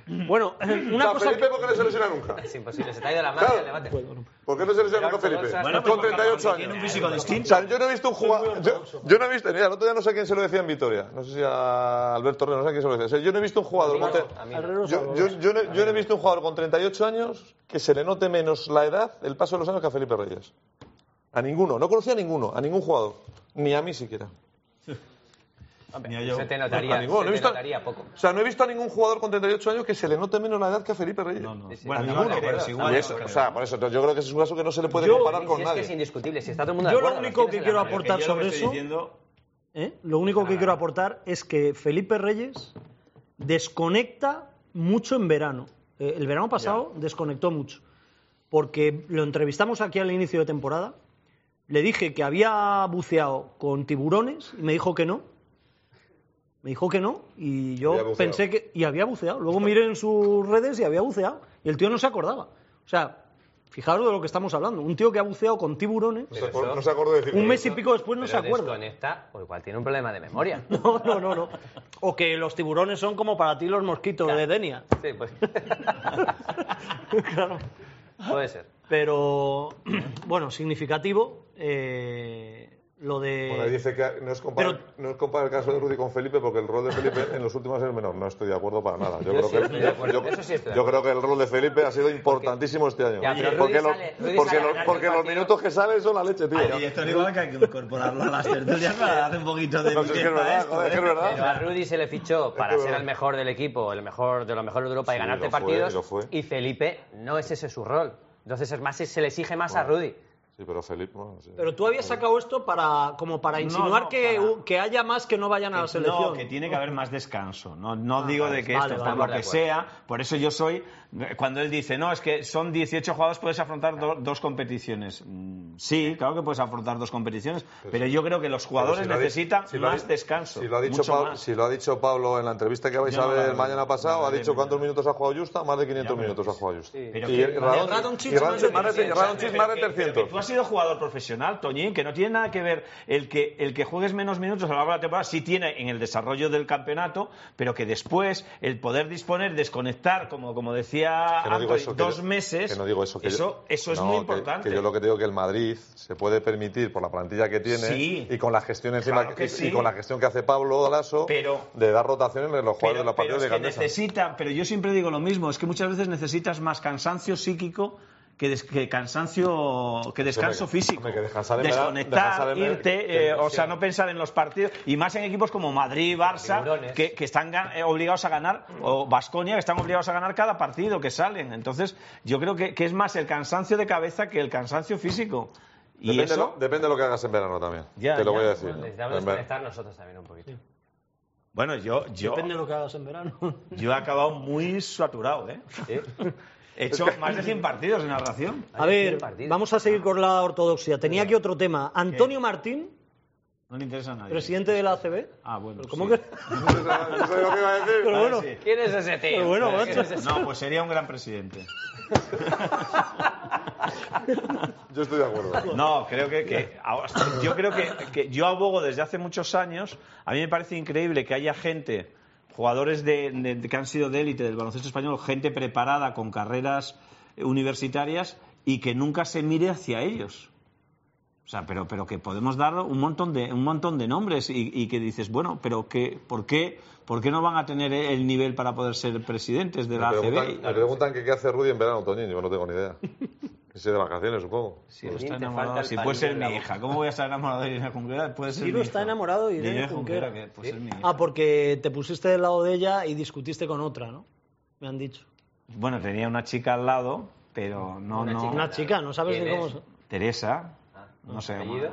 S1: Bueno, una
S4: Una
S1: cosa
S4: Felipe, ¿por qué no se lesiona nunca?
S2: Es imposible, se te ha ido la mano
S4: Claro.
S2: el debate.
S4: ¿Por qué no se lesiona nunca
S2: Pero
S4: Felipe?
S2: Alonso-
S4: Con
S5: Bueno, pero
S4: 38
S5: Tiene
S4: años.
S5: un físico
S4: O
S5: distinto.
S4: sea, yo no he visto un jugador. Yo, yo no he visto. Mira, el otro día no sé quién se lo decía en Vitoria. No sé si a Alberto Reno, no sé quién se lo decía. O sea, yo no he visto un jugador. con tre-
S2: A mí no.
S1: que...
S4: Yo, yo- yo no, he- yo no he visto un jugador con 38 años que se le note menos la edad, el paso de los años que a Felipe Reyes. A ninguno. No conocía a ninguno, a ningún jugador. Ni a mí siquiera.
S5: Ni a yo.
S2: Se te notaría,
S4: a ninguno.
S2: se
S4: No he
S2: te
S4: visto-
S2: notaría poco.
S4: O sea, no he visto a ningún jugador con 38 años que se le note menos la edad que a Felipe Reyes.
S5: No, no.
S2: Sí, sí.
S5: Bueno,
S2: A
S5: igual,
S2: ninguno,
S5: pero
S2: ¿verdad?
S5: es
S4: Y
S5: igual.
S4: eso, o sea, por eso yo creo que ese es un caso que no se le puede
S1: Yo-
S4: comparar
S2: Si
S4: con
S2: es que es
S4: nadie.
S2: indiscutible, si está todo el mundo de
S1: Yo lo
S2: acuerdo,
S1: único
S2: las
S1: que
S2: tienes en la
S1: quiero
S2: mano.
S1: aportar
S5: Yo lo que
S1: sobre
S5: estoy
S1: eso-
S5: diciendo-
S1: ¿Eh? Lo único que quiero aportar es que Felipe Reyes desconecta mucho en verano. Eh, el verano pasado desconectó mucho, porque lo entrevistamos aquí al inicio de temporada. Le dije que había buceado con tiburones y me dijo que no. Me dijo que no y
S4: Había
S1: yo
S4: buceado.
S1: pensé que... Y había buceado. Luego miré en sus redes y había buceado. Y el tío no se acordaba. O sea, fijaros de lo que estamos hablando. Un tío que ha buceado con tiburones,
S4: No se,
S2: Pero eso-
S4: acor- no se acordó de decir.
S1: un mes y pico después no
S2: Pero
S1: se acuerda.
S2: desconecta, o igual tiene un problema de memoria.
S1: No, no, no, no. O que los tiburones son como para ti los mosquitos de Denia.
S2: Sí, pues.
S1: Claro.
S2: Puede ser.
S1: Pero, bueno, significativo eh, lo
S4: Bueno,
S1: de...
S4: dice que no es, comparar,
S1: Pero-
S4: no es comparar el caso de Rudy con Felipe porque el rol de Felipe en los últimos años es menor. No estoy de acuerdo para nada.
S2: Yo
S4: Yo, creo,
S2: sí
S4: que,
S2: estoy de acuerdo.
S4: yo-
S2: Eso sí estoy de
S4: yo
S2: acuerdo.
S4: creo que el rol de Felipe ha sido importantísimo este año.
S2: Ya, pero Rudy
S4: porque los,
S2: sale- Rudy
S4: porque
S2: sale a
S4: los-
S2: ganar
S4: porque
S2: el
S4: los
S2: partido.
S4: minutos que salen son la leche, tío.
S5: Y esto es igual que hay que incorporarlo a las tertulias para darle un poquito de
S4: No, si es que es
S5: riqueza a
S4: verdad,
S5: esto,
S4: joder, es que
S5: ¿eh?
S4: es verdad.
S2: Pero a Rudy se le fichó para
S4: Ah. que
S2: ser
S4: verdad.
S2: el mejor del equipo, el mejor de los mejores de Europa y
S4: Sí,
S2: ganarte
S4: lo fue,
S2: partidos.
S4: lo fue.
S2: Y Felipe no es ese su rol. Entonces es más, se le exige más a Rudy.
S4: Sí, pero Felipe. bueno, sí.
S1: Pero tú habías sacado esto para como para insinuar
S5: no,
S1: que,
S5: para-
S1: u- que haya más que no vayan a la selección.
S5: No, que tiene que haber más descanso. No, no digo
S1: vale,
S5: de que
S1: vale,
S5: esto,
S1: vale,
S5: por lo
S2: de
S5: que
S2: acuerdo.
S5: sea, por eso yo soy. Cuando él dice, no, es que son 18 jugadores, puedes afrontar do- dos competiciones. Mm, Sí, claro que puedes afrontar dos competiciones, pero yo creo que los
S4: Pero
S5: jugadores
S4: si lo ha di-
S5: necesitan
S4: si lo ha
S5: más
S4: di-
S5: descanso.
S4: Si lo, ha dicho
S5: mucho
S4: Pablo,
S5: más.
S4: si lo ha dicho Pablo en la entrevista que vais
S5: Yo
S4: a
S5: no la
S4: ver
S5: veo.
S4: mañana pasado,
S5: No la
S4: ha
S5: veo
S4: dicho
S5: ni
S4: cuántos minutos ha jugado Justa, más de 500
S5: Ya, pero
S4: minutos ha jugado Justa.
S5: Pero
S4: Y
S5: que-
S4: Radon-
S1: Radonjic
S4: y Radonjic
S1: más de
S4: más de-
S1: 300.
S4: Radonjic más
S5: Pero
S4: de
S5: que- pero que
S4: 300.
S5: Tú has sido jugador profesional, Toñín, que no tiene nada que ver el que, el que juegues menos minutos a lo largo de la temporada, sí tiene en el desarrollo del campeonato, pero que después el poder disponer, desconectar, como, como decía
S4: Que no digo
S5: Anthony,
S4: eso, que
S5: dos
S4: yo-
S5: meses,
S4: que no digo eso, que
S5: eso,
S4: yo-
S5: eso es
S4: No,
S5: muy
S4: que-
S5: importante.
S4: Que yo lo que digo que el Madrid se puede permitir por la plantilla que tiene
S5: Sí.
S4: y con la gestión encima
S5: Claro que
S4: y,
S5: sí.
S4: y con la gestión que hace Pablo Lasso
S5: Pero-
S4: de dar rotaciones en los jugadores de la
S5: pero
S4: partida
S5: es
S4: de
S5: que
S4: Gandesa.
S5: necesitan, pero yo siempre digo lo mismo, es que muchas veces necesitas más cansancio psíquico que, des- que cansancio que descanso
S4: Hombre,
S5: físico
S4: hombre, que descansar en verano-
S5: desconectar
S4: descansar en verano-
S5: irte
S4: que-
S5: eh, o sea
S4: sí.
S5: no pensar en los partidos y más en equipos como Madrid Barça
S2: Tiburones.
S5: que, que están gan- eh, obligados a ganar o Vasconia que están obligados a ganar cada partido que salen entonces yo creo que, que es más el cansancio de cabeza que el cansancio físico y
S4: Depende,
S5: eso
S4: lo- depende de lo que hagas en verano también.
S5: Ya,
S4: te lo
S5: ya,
S4: voy a decir.
S2: Necesitamos
S4: En ver-
S2: desconectar nosotros también un poquito.
S5: bueno yo yo
S1: Depende de lo que hagas en verano.
S5: yo he acabado muy saturado ¿eh?
S2: ¿Sí?
S5: he hecho más de 100 partidos en narración
S1: A
S2: Hay
S1: ver,
S2: cien partidos.
S1: vamos a seguir con la ortodoxia. Tenía aquí otro tema. Antonio Martín,
S5: no le interesa a nadie
S1: presidente de la ACB.
S5: Ah, bueno,
S1: Pero ¿Cómo
S5: sí. Ah,
S1: que...?
S4: Eso es lo que iba a decir.
S1: Pero bueno,
S5: sí.
S2: ¿Quién es ese tío?
S1: Pero bueno,
S2: ¿Quién
S1: macho.
S2: es ese?
S5: No, pues sería un gran presidente.
S4: Yo estoy de acuerdo.
S5: No, creo que, que- yo creo que, que yo abogo desde hace muchos años. A mí me parece increíble que haya gente, jugadores de, de- que han sido de élite del baloncesto español, gente preparada con carreras universitarias y que nunca se mire hacia ellos. O sea, pero, pero que podemos dar un montón de, un montón de nombres y, y que dices, bueno, pero que, ¿por, qué, ¿por qué no van a tener el nivel para poder ser presidentes de la
S4: Me
S5: ACB?
S4: preguntan, me preguntan que qué hace Rudy en verano, Toñín. Yo no tengo ni idea. Ese de vacaciones, supongo.
S5: Si
S2: Bien,
S5: no Pues está
S2: te
S5: enamorado,
S2: falta el
S5: si puede ser
S2: palillo en
S5: mi
S2: la
S5: hija. ¿Cómo voy a estar enamorado de Irene Junquera? Puede ser
S1: Ciro
S5: mi
S1: está
S5: hija.
S1: enamorado de Irene Junquera.
S5: Junquera. que puede ser mi hija.
S1: Ah, porque te pusiste del lado de ella y discutiste con otra, ¿no? Me han dicho.
S5: Bueno, tenía una chica al lado, pero no...
S2: Una
S5: no
S2: chica.
S1: Una chica, no sabes
S2: ¿Quién
S1: ni cómo...
S2: es?
S1: se-
S5: Teresa,
S2: Ah,
S5: no sé,
S2: apellido.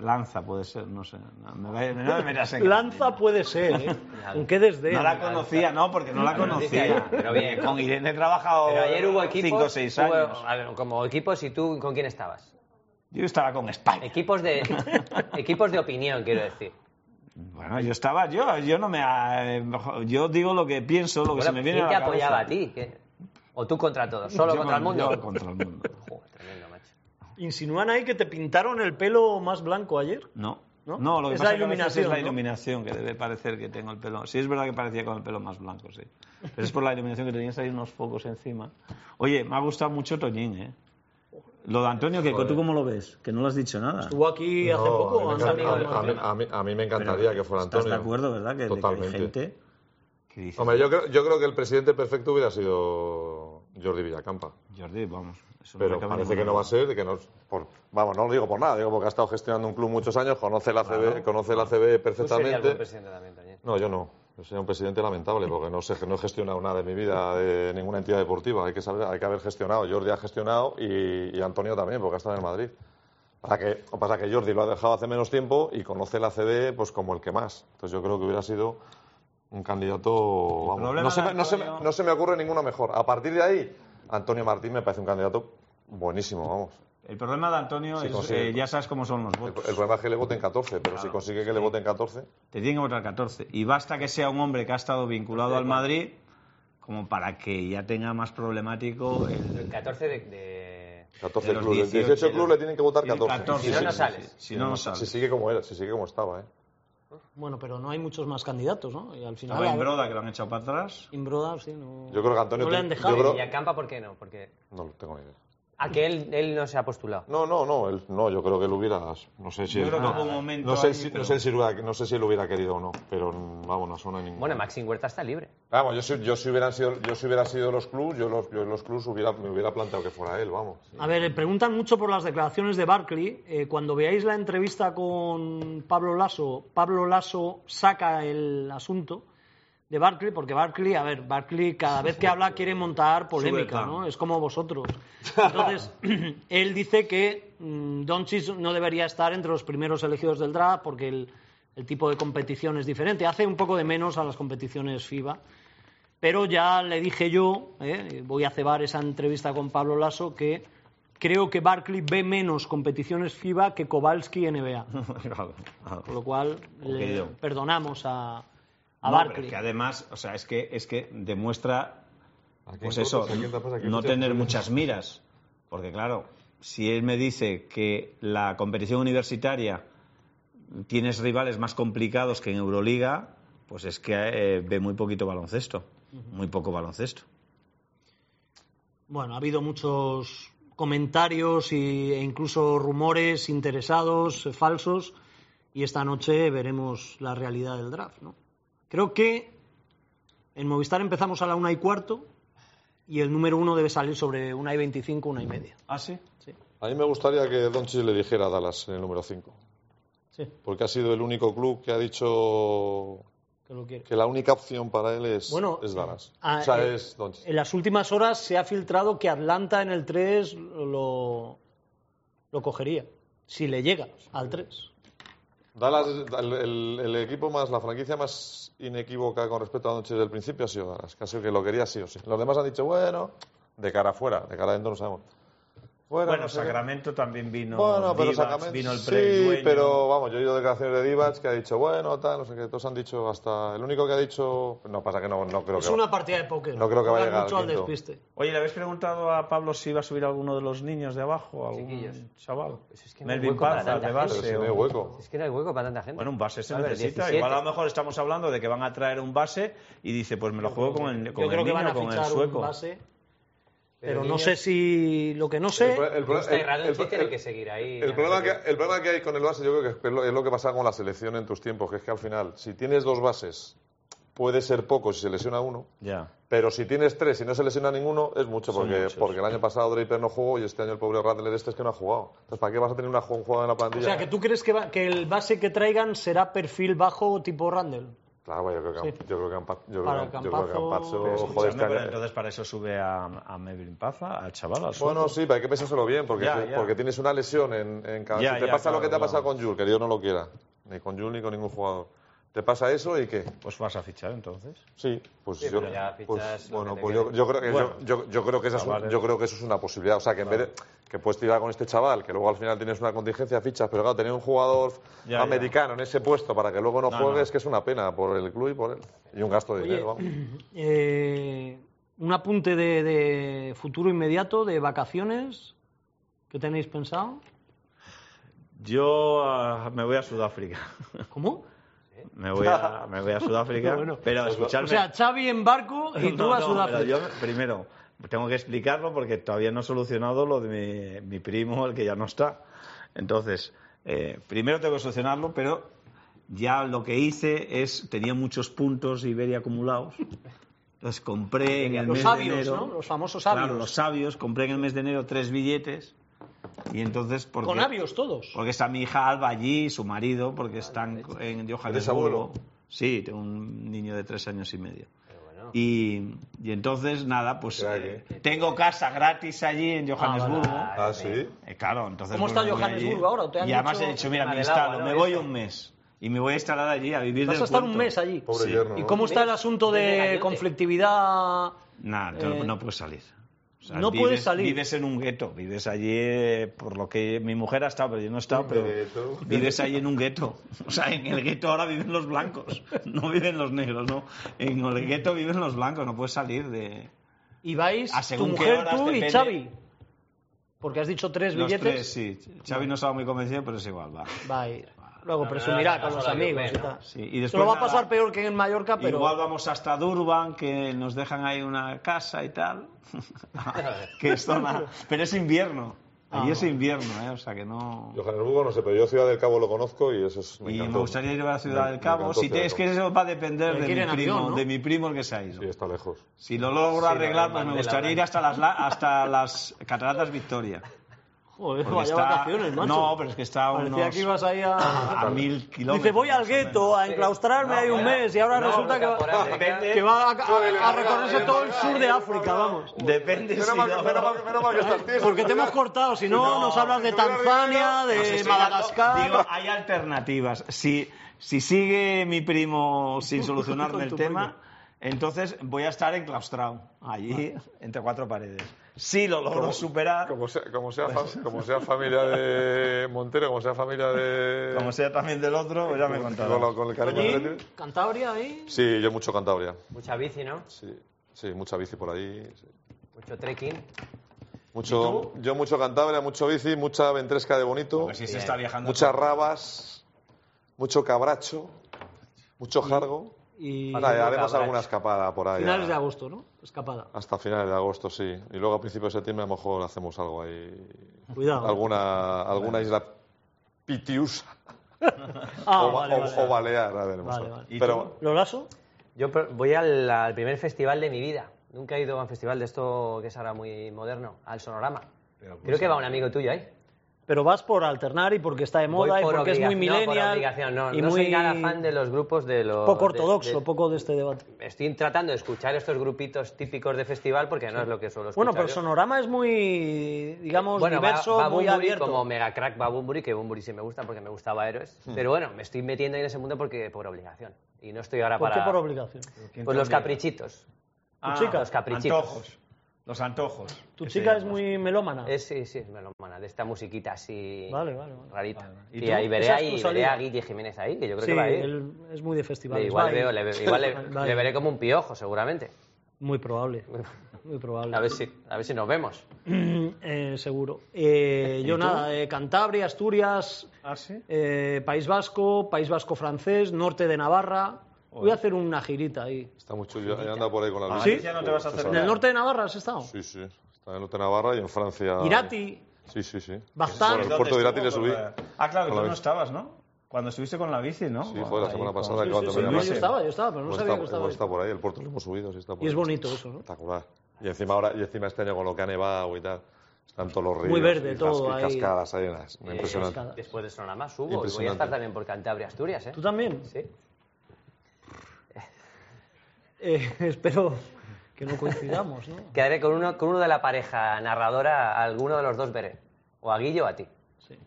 S5: Lanza puede ser, no sé. No, me va- no me metas en-
S1: Lanza puede ser, ¿eh? ¿Con qué desdén?
S5: No la conocía, no, porque no la
S2: No, no dice
S5: conocía.
S2: ella, pero bien.
S5: Con Irene he trabajado
S2: Pero ayer hubo equipos.
S5: 5 o 6
S2: hubo-
S5: años.
S2: a ver, como equipos, ¿y tú con quién estabas?
S5: Yo estaba con España.
S2: Equipos de, equipos de opinión, quiero decir.
S5: Bueno, yo estaba yo, yo no me eh, yo digo lo que pienso, lo que se
S2: Bueno,
S5: me
S2: ¿Quién
S5: viene a
S2: te
S5: la cabeza.
S2: apoyaba a ti? ¿Qué? ¿O tú contra todos? ¿Solo
S5: Yo
S2: contra el mundo?
S5: yo contra el mundo.
S2: Joder, tremendo, macho.
S1: Insinúan ahí que te pintaron el pelo más blanco ayer.
S5: No.
S1: ¿No?
S5: No, lo que
S1: Es
S5: pasa
S1: la
S5: es que a veces es
S1: iluminación,
S5: la
S1: ¿no?
S5: iluminación que debe parecer que tengo el pelo. Sí, es verdad que parecía con el pelo más blanco, sí. Pero es por la iluminación que tenías ahí unos focos encima. Oye, me ha gustado mucho Toñín, ¿eh? Lo de Antonio, que tú cómo lo ves, que no lo has dicho nada.
S1: Estuvo aquí hace
S4: No,
S1: poco.
S4: a mí
S1: antes
S4: me
S1: de
S4: encanta-
S1: Madrid.
S4: a mí- a mí- a mí me encantaría que fuera Antonio.
S5: ¿Estás de acuerdo, verdad? Que, de que hay
S4: Totalmente.
S5: gente que dice,
S4: Hombre, yo creo, yo creo que el presidente perfecto hubiera sido Jordi Villacampa.
S5: Jordi, vamos. eso no
S4: Pero
S5: le cabe
S4: parece que
S5: ninguna
S4: no va a
S5: duda".
S4: ser, que no, por- vamos, no lo digo por nada, digo porque ha estado gestionando un club muchos años, conoce la CB, conoce la CB
S2: Tú serías buen
S4: perfectamente.
S2: presidente también, Toñín.
S4: No, yo no. Yo sería un presidente lamentable porque no sé, no he gestionado nada de mi vida de ninguna entidad deportiva. Hay que saber, hay que haber gestionado. Jordi ha gestionado y, y Antonio también porque ha estado en el Madrid. Para que, o pasa que Jordi lo ha dejado hace menos tiempo y conoce la CB pues como el que más. Entonces yo creo que hubiera sido un candidato. vamos,
S5: problema
S4: no, se
S5: de
S4: me, no se me-
S5: Antonio-
S4: no se me ocurre ninguno mejor. A partir de ahí, Antonio Martín me parece un candidato buenísimo, vamos.
S5: El problema de Antonio
S4: Sí,
S5: es,
S4: consigue.
S5: eh, ya sabes cómo son los
S4: El,
S5: votos.
S4: el problema es que le voten 14, pero si consigue que le voten 14.
S5: Te tienen que votar 14. Y basta que sea un hombre que ha estado vinculado al Madrid como para que ya tenga más problemático el,
S2: El 14 de... de-
S4: 14
S5: De los
S4: clubes.
S5: 18
S4: 18, clubes le tienen que votar 14.
S2: Si no, no sales.
S5: Si no, no sales.
S4: Si sigue como era, si sigue como estaba, ¿eh?
S1: Bueno, pero no hay muchos más candidatos, ¿no? Y al final.
S5: Estaba en Broda, que lo han echado para atrás.
S1: Imbroda, sí, no.
S4: Yo creo que Antonio
S1: Mm. No le
S4: te-
S1: han dejado.
S4: yo creo-
S2: Villacampa, ¿por qué no? Porque...
S4: No lo tengo ni idea.
S2: A que él, él no se ha postulado.
S4: No, no, no, él- no, yo creo que él hubiera, no sé si
S5: Yo
S4: él-
S5: creo que
S4: no,
S5: hubo un momento
S4: Ah. no sé,
S5: ahí,
S4: si, no
S5: pero-
S4: sé si hubiera, no sé si él hubiera querido o no, pero mm, vamos, no suena ningún.
S2: Bueno, Maxi Huerta está libre.
S4: Vamos, yo si, yo si hubieran sido, yo si hubiera sido los clubs, yo los, yo en los clubs hubiera, me hubiera planteado que fuera él, vamos.
S1: A ver, eh, preguntan mucho por las declaraciones de Barkley. Eh, cuando veáis la entrevista con Pablo Lasso, Pablo Lasso saca el asunto de Barkley, porque Barkley, a ver, Barkley cada vez que habla quiere montar
S5: Sube
S1: polémica,
S5: el
S1: ¿no?
S5: pan.
S1: Es como vosotros. Entonces, él dice que mm, Doncic no debería estar entre los primeros elegidos del draft porque el, el tipo de competición es diferente. Hace un poco de menos a las competiciones FIBA. Pero ya le dije yo, ¿eh? voy a cebar esa entrevista con Pablo Lasso, que creo que Barkley ve menos competiciones FIBA que Kowalski NBA.
S5: Claro, claro.
S1: Con lo cual, le
S5: Ok, yo.
S1: perdonamos a, a
S5: No, pero
S1: Barkley.
S5: es que además, o sea, es que, es que demuestra,
S4: ¿A quién
S5: pues
S4: votas?
S5: eso,
S4: ¿A quién te pasa? ¿A quién
S5: no
S4: te-
S5: tener muchas miras. Porque claro, si él me dice que la competición universitaria tienes rivales más complicados que en Euroliga, pues es que eh, ve muy poquito baloncesto. Muy poco baloncesto.
S1: Bueno, ha habido muchos comentarios y- e incluso rumores interesados, eh, falsos, y esta noche veremos la realidad del draft. ¿no? Creo que en Movistar empezamos a la una y cuarto y el número uno debe salir sobre una y veinticinco, una y media.
S5: ¿Ah, sí?
S4: A mí me gustaría que Doncic le dijera a Dallas en el número 5,
S1: Sí,
S4: porque ha sido el único club que ha dicho
S1: que lo quiere.
S4: que la única opción para él es,
S1: Bueno,
S4: es Dallas.
S1: ah,
S4: o sea,
S1: eh,
S4: es Doncic.
S1: En las últimas horas se ha filtrado que Atlanta en el 3 lo, lo cogería, si le llega al 3.
S4: Dallas, es- el, el- el equipo más, la franquicia más inequívoca con respecto a Doncic del principio ha sido Dallas, que ha sido que lo quería sí o sí. Los demás han dicho, bueno, de cara afuera, de cara adentro no sabemos. Fuera,
S5: Bueno, pues
S4: no sé qué.
S5: Sacramento también vino.
S4: Bueno, pero
S5: Divac,
S4: Sacramento-
S5: Vino el
S4: sí,
S5: pre-dueño.
S4: pero vamos, yo he oído declaraciones de Divac que ha dicho, bueno, tal, no sé qué, todos han dicho hasta... El único que ha dicho... No, pasa que no, no creo
S1: Es
S4: que...
S1: una partida de póker.
S4: No creo que
S1: Juegas
S4: vaya a llegar
S1: mucho
S4: al
S1: al
S4: quinto.
S1: despiste.
S5: Oye, ¿le habéis preguntado a Pablo si iba a subir alguno de los niños de abajo? ¿Algún
S2: Chiquillos.
S5: chaval?
S2: Pues es que no hay
S5: Melvin
S2: hueco para
S5: Paz,
S2: tanta
S5: de
S4: Pero
S5: base.
S4: si no
S5: o-
S4: hay hueco.
S2: Es que no hay hueco para tanta gente.
S5: Bueno, un base se
S2: A ver,
S5: necesita.
S2: 17.
S5: Igual a lo mejor estamos hablando de que van a traer un base y dice, pues me lo juego con el,
S1: Yo
S5: con el
S1: creo que
S5: niño,
S1: van a
S5: con el
S1: fichar un
S5: sueco.
S1: base, pero no
S2: niños-
S1: sé si lo que no sé.
S4: pro- el pro-
S2: Está errado,
S4: el-
S2: el, tiene
S4: el-
S2: que seguir ahí.
S4: El problema, que, el problema que hay con el base, yo creo que es lo, es lo que pasa con la selección en tus tiempos, que es que al final, si tienes dos bases, puede ser poco si se lesiona uno,
S5: Ya.
S4: pero si tienes tres y no se lesiona ninguno, es mucho, porque, porque el año pasado Draper no jugó y este año el pobre Radler este es que no ha jugado. Entonces, ¿para qué vas a tener una ju- jugada en la
S1: O
S4: plantilla?
S1: sea, que tú crees que, va- que el base que traigan será perfil bajo tipo Randall.
S4: Claro, bueno, yo creo que,
S1: Sí.
S4: yo creo que, Ampa- yo
S1: Para
S4: creo que- yo creo que
S1: Campazzo-
S4: Campazzo,
S1: Pero
S4: joder, este
S5: Escuchadme, pero
S4: año-
S5: entonces para eso sube a, a Melvin Paz, al chaval, al sueco.
S4: Bueno, sí, pero hay que pensárselo bien, porque,
S5: Ya,
S4: si-
S5: ya.
S4: porque tienes una lesión en, en cada...
S5: Ya,
S4: si te
S5: ya,
S4: pasa lo
S5: claro,
S4: que te ha pasado
S5: claro.
S4: con Jul, que Dios no lo quiera, ni con Jul ni con ningún jugador. ¿Te pasa eso y qué?
S5: Pues vas a fichar entonces.
S4: Sí, pues
S2: Sí,
S4: yo,
S2: pero ya fichas
S4: pues,
S2: lo
S4: bueno,
S2: que te
S4: pues yo,
S2: quede.
S4: yo creo que
S5: Bueno.
S4: yo, yo- yo creo que esa es un-
S5: Vale.
S4: yo creo que eso es una posibilidad, o sea que en vez de que puedes tirar con este chaval, que luego al final tienes una contingencia fichas, pero claro, tener un jugador
S5: Ya, ya.
S4: americano en ese puesto para que luego no,
S5: No,
S4: juegues
S5: no.
S4: es que es una pena por el club y por él y un gasto de
S1: Oye,
S4: dinero. vamos.
S1: eh, un apunte de, de futuro inmediato, de vacaciones. ¿Qué tenéis pensado?
S5: Yo ah, me voy a Sudáfrica.
S1: ¿Cómo?
S5: Me voy a, me voy a Sudáfrica.
S1: Bueno. pues
S5: pero escucharme.
S1: O sea, Xavi en barco y tú
S5: No,
S1: a
S5: no,
S1: Sudáfrica.
S5: pero yo, primero, tengo que explicarlo porque todavía no he solucionado lo de mi, mi primo, el que ya no está. Entonces, eh, primero tengo que solucionarlo, pero ya lo que hice es, tenía muchos puntos Iberia acumulados. Los compré en el
S1: Los
S5: mes
S1: sabios,
S5: de enero.
S1: ¿no? Los famosos sabios.
S5: Claro, los sabios. Compré en el mes de enero tres billetes. Y entonces, porque,
S1: Con avios todos.
S5: porque está mi hija Alba allí, su marido, porque están en
S4: ¿Eres
S5: Johannesburgo.
S4: abuelo?
S5: Sí, tengo un niño de tres años y medio.
S2: Pero bueno,
S5: Y, y entonces, nada, pues
S4: Crack,
S5: eh,
S4: ¿eh?
S5: tengo casa gratis allí en Johannesburgo.
S2: Ah,
S4: Ah, sí.
S5: Eh, claro, entonces.
S1: ¿Cómo está
S5: bueno, voy allí.
S1: Johannesburgo ahora? ¿Te han
S5: Y además
S1: dicho-
S5: he dicho, mira,
S2: Ah,
S5: me
S2: del
S5: instalo,
S2: agua, ¿no?
S5: me voy
S2: Eso.
S5: un mes. Y me voy a instalar allí, a vivir
S1: Vas
S5: del
S1: a estar un
S5: cuento.
S1: mes allí.
S4: Pobre
S5: Sí.
S4: yerno.
S1: ¿Y
S4: ¿no?
S1: cómo está el asunto
S2: Desde
S1: de
S2: Gallote.
S1: conflictividad?
S5: Nah, no,
S1: Eh,
S5: no puedes salir. O sea,
S1: no
S5: vives-
S1: puedes salir.
S5: Vives en un gueto, vives allí, eh, por lo que mi mujer ha estado, pero yo no he estado,
S4: Un
S5: pero
S4: gueto.
S5: vives ahí en un gueto. O sea, en el gueto ahora viven los blancos, no viven los negros, no. En el gueto viven los blancos, no puedes salir de...
S1: Y vais
S5: A
S1: tu
S5: Ah, según qué
S1: mujer,
S5: horas,
S1: tú y
S5: depende.
S1: Xavi. Porque has dicho tres
S5: Los
S1: billetes. Ah,
S5: tres, sí. Xavi no estaba muy convencido, pero es igual, va.
S1: Va a ir. Luego
S2: La
S1: presumirá
S2: verdad,
S1: con los
S2: la verdad,
S1: amigos
S2: yo
S1: y
S2: me,
S1: tal.
S2: ¿no?
S5: Sí, y
S1: Se
S5: después
S1: lo va a
S5: nada,
S1: pasar peor que en Mallorca, pero
S5: Igual vamos hasta Durban, que nos dejan ahí una casa y tal. que es zona... Pero es invierno. Allí
S1: Ah.
S5: es invierno, ¿eh? O sea que no...
S4: Johannesburgo no sé, pero yo Ciudad del Cabo lo conozco y eso es.
S5: y me
S4: encantó.
S5: gustaría ir a la Ciudad
S4: Me-
S5: del
S4: me
S5: Cabo.
S4: encantó
S5: Si te-
S4: Ciudad
S5: es
S4: del
S5: que eso va a depender
S1: Pero hay
S5: de
S1: que ir
S5: mi,
S1: en
S5: primo,
S1: avión, ¿no?
S5: de mi primo el que se ha ido.
S4: Cabo. Sí, está lejos.
S5: Si lo logro
S2: Sí,
S5: arreglar,
S2: lo
S5: pues me
S2: de
S5: gustaría
S2: Mandela,
S5: ir hasta las, la- hasta las Cataratas Victoria.
S1: Joder,
S5: Porque
S1: vaya
S5: está-
S1: vacaciones, macho.
S5: No, pero es que está a
S1: Parecía
S5: unos-
S1: que ibas ahí a...
S5: a mil kilómetros.
S1: Dice, voy al
S5: más o menos.
S1: gueto a enclaustrarme hay un mes y ahora
S2: No,
S1: resulta que
S2: por
S1: va,
S2: África.
S1: que va a, a- a recorrerse todo el sur de África, vamos.
S5: Depende si lo-
S1: Porque te hemos cortado, si no nos hablas de Tanzania,
S5: Os
S1: de
S5: estoy dando-
S1: Madagascar...
S5: Digo, hay alternativas. Si, si sigue mi primo sin
S1: Con
S5: solucionarme
S1: tu
S5: el tema, entonces voy a estar enclaustrado, allí,
S1: Ah.
S5: entre cuatro paredes. Si lo logro
S4: Como-
S5: superar,
S4: Como sea, como, sea, fa- como sea familia de Montero, como sea familia de.
S5: como sea también del otro, pues ya me
S4: Con,
S5: contarás.
S4: lo- con el cariño que le
S1: Allí,
S4: tiene.
S1: Cantabria, ahí...
S4: Sí, yo mucho Cantabria.
S2: Mucha bici, ¿no?
S4: Sí, sí mucha bici por allí. sí.
S2: Mucho trekking.
S4: Mucho, yo mucho Cantabria, mucho bici, mucha ventresca de bonito,
S5: Porque si Pues se está viajando...
S4: muchas rabas, mucho cabracho, mucho jargo.
S1: Y
S4: Nada,
S2: Haciendo
S4: haremos
S2: cabracho.
S4: alguna escapada por ahí.
S1: finales
S4: a-
S1: de agosto, ¿no? Escapada.
S4: Hasta finales de agosto, sí. Y luego a principios de septiembre a lo mejor hacemos algo ahí.
S1: Cuidado.
S4: Alguna, alguna isla pitiusa
S1: Ah,
S4: o, ba-
S1: vale,
S4: o-
S1: vale.
S4: o balear. a ver, no
S1: Vale,
S4: sé.
S1: vale.
S5: ¿Y
S4: Pero
S1: ¿Lolaso?
S2: Yo pro- voy al, al primer festival de mi vida. Nunca he ido a un festival de esto que es ahora muy moderno, al Sonorama. Creo que va un amigo tuyo ahí.
S1: Pero vas por alternar y porque está de
S2: Voy
S1: moda y
S2: por
S1: porque es muy
S2: obligación- no, por
S1: millennial
S2: obligación, no,
S1: y
S2: no
S1: muy
S2: soy nada fan de los grupos de los...
S1: poco
S2: de-
S1: ortodoxo,
S2: de-
S1: poco de este debate.
S2: Estoy tratando de escuchar estos grupitos típicos de festival porque no es lo que suelo escuchar.
S1: Bueno, pero
S2: yo.
S1: Sonorama es muy, digamos,
S2: Bueno, va-
S1: diverso,
S2: va
S1: muy
S2: Bunbury
S1: abierto.
S2: como mega crack va Bunbury, que Bunbury sí me gusta porque me gustaba Héroes. Pero bueno, me estoy metiendo en ese mundo porque por obligación. Y no estoy ahora
S1: ¿Por
S2: para...
S1: qué por obligación?
S2: Pues los caprichitos.
S1: chica?
S2: Ah, Los caprichitos.
S5: Antojos. Los antojos.
S1: Tu
S5: Que se
S1: chica es
S5: llama.
S1: muy melómana.
S2: Es, sí, sí, es melomana, de esta musiquita así
S1: Ah. Vale, vale, vale.
S2: rarita.
S5: Vale, vale.
S2: Y,
S5: ¿Y tú?
S2: ahí veré,
S1: Esa es
S2: ahí,
S1: tu
S2: veré a
S1: salida.
S2: Guille Jiménez ahí, que yo creo
S1: sí,
S2: que va a ir.
S1: él es muy de
S2: Le-
S1: festivales. va
S2: igual
S1: a ir.
S2: veo, le, veo- igual le,
S1: Va a
S2: le
S1: ir.
S2: veré como un piojo, seguramente.
S1: Muy probable. Muy probable.
S2: A ver si, a ver si nos vemos.
S1: Eh, seguro. Eh, yo nada, eh, Cantabria, Asturias,
S5: Ah, sí.
S1: eh, País Vasco, País Vasco francés, norte de Navarra. Voy a hacer una girita ahí.
S4: está muy chulo. Yo he andado por ahí
S1: ¿Ah,
S4: con la bici.
S5: ¿sí? Ya no te vas a hacer
S1: ¿En el
S5: Claro.
S1: norte de Navarra has estado?
S4: Sí, sí. Está en el norte de Navarra y en Francia.
S1: Irati,
S4: Sí, sí, sí.
S1: Baztán.
S4: Por el puerto de Irati le
S5: estuvo?
S4: subí.
S5: Ah, claro, que
S4: Con la
S5: tú no
S4: bici.
S5: estabas, ¿no? Cuando estuviste con la bici, ¿no?
S4: Sí, fue la
S5: Ahí,
S4: semana
S5: con-
S4: pasada que cuando
S1: Sí,
S4: me
S1: no, yo
S4: llamaste.
S1: estaba, yo estaba, pero no
S4: Pues
S1: sabía
S4: está,
S1: que estaba.
S4: pues está
S1: ahí.
S4: por ahí, el puerto lo hemos subido, sí está por
S1: Y es
S4: ahí.
S1: bonito eso, ¿no?
S4: Espectacular. Y encima ahora, y encima este año con lo que ha nevado y tal, están todos los ríos.
S1: Muy verde
S4: y
S1: todo
S4: casca- y
S1: ahí.
S4: cascadas ahí, unas- impresionante.
S1: cascadas.
S2: Eh, Después del Sonorama subo y voy a
S4: Impresionante.
S2: estar también por Cantabria, Asturias, ¿eh?
S1: ¿Tú también?
S2: Sí.
S1: Eh, espero que no coincidamos, ¿no?
S2: Quedaré con uno, con uno de la pareja narradora, a alguno de los dos veré. O a Guille o a ti,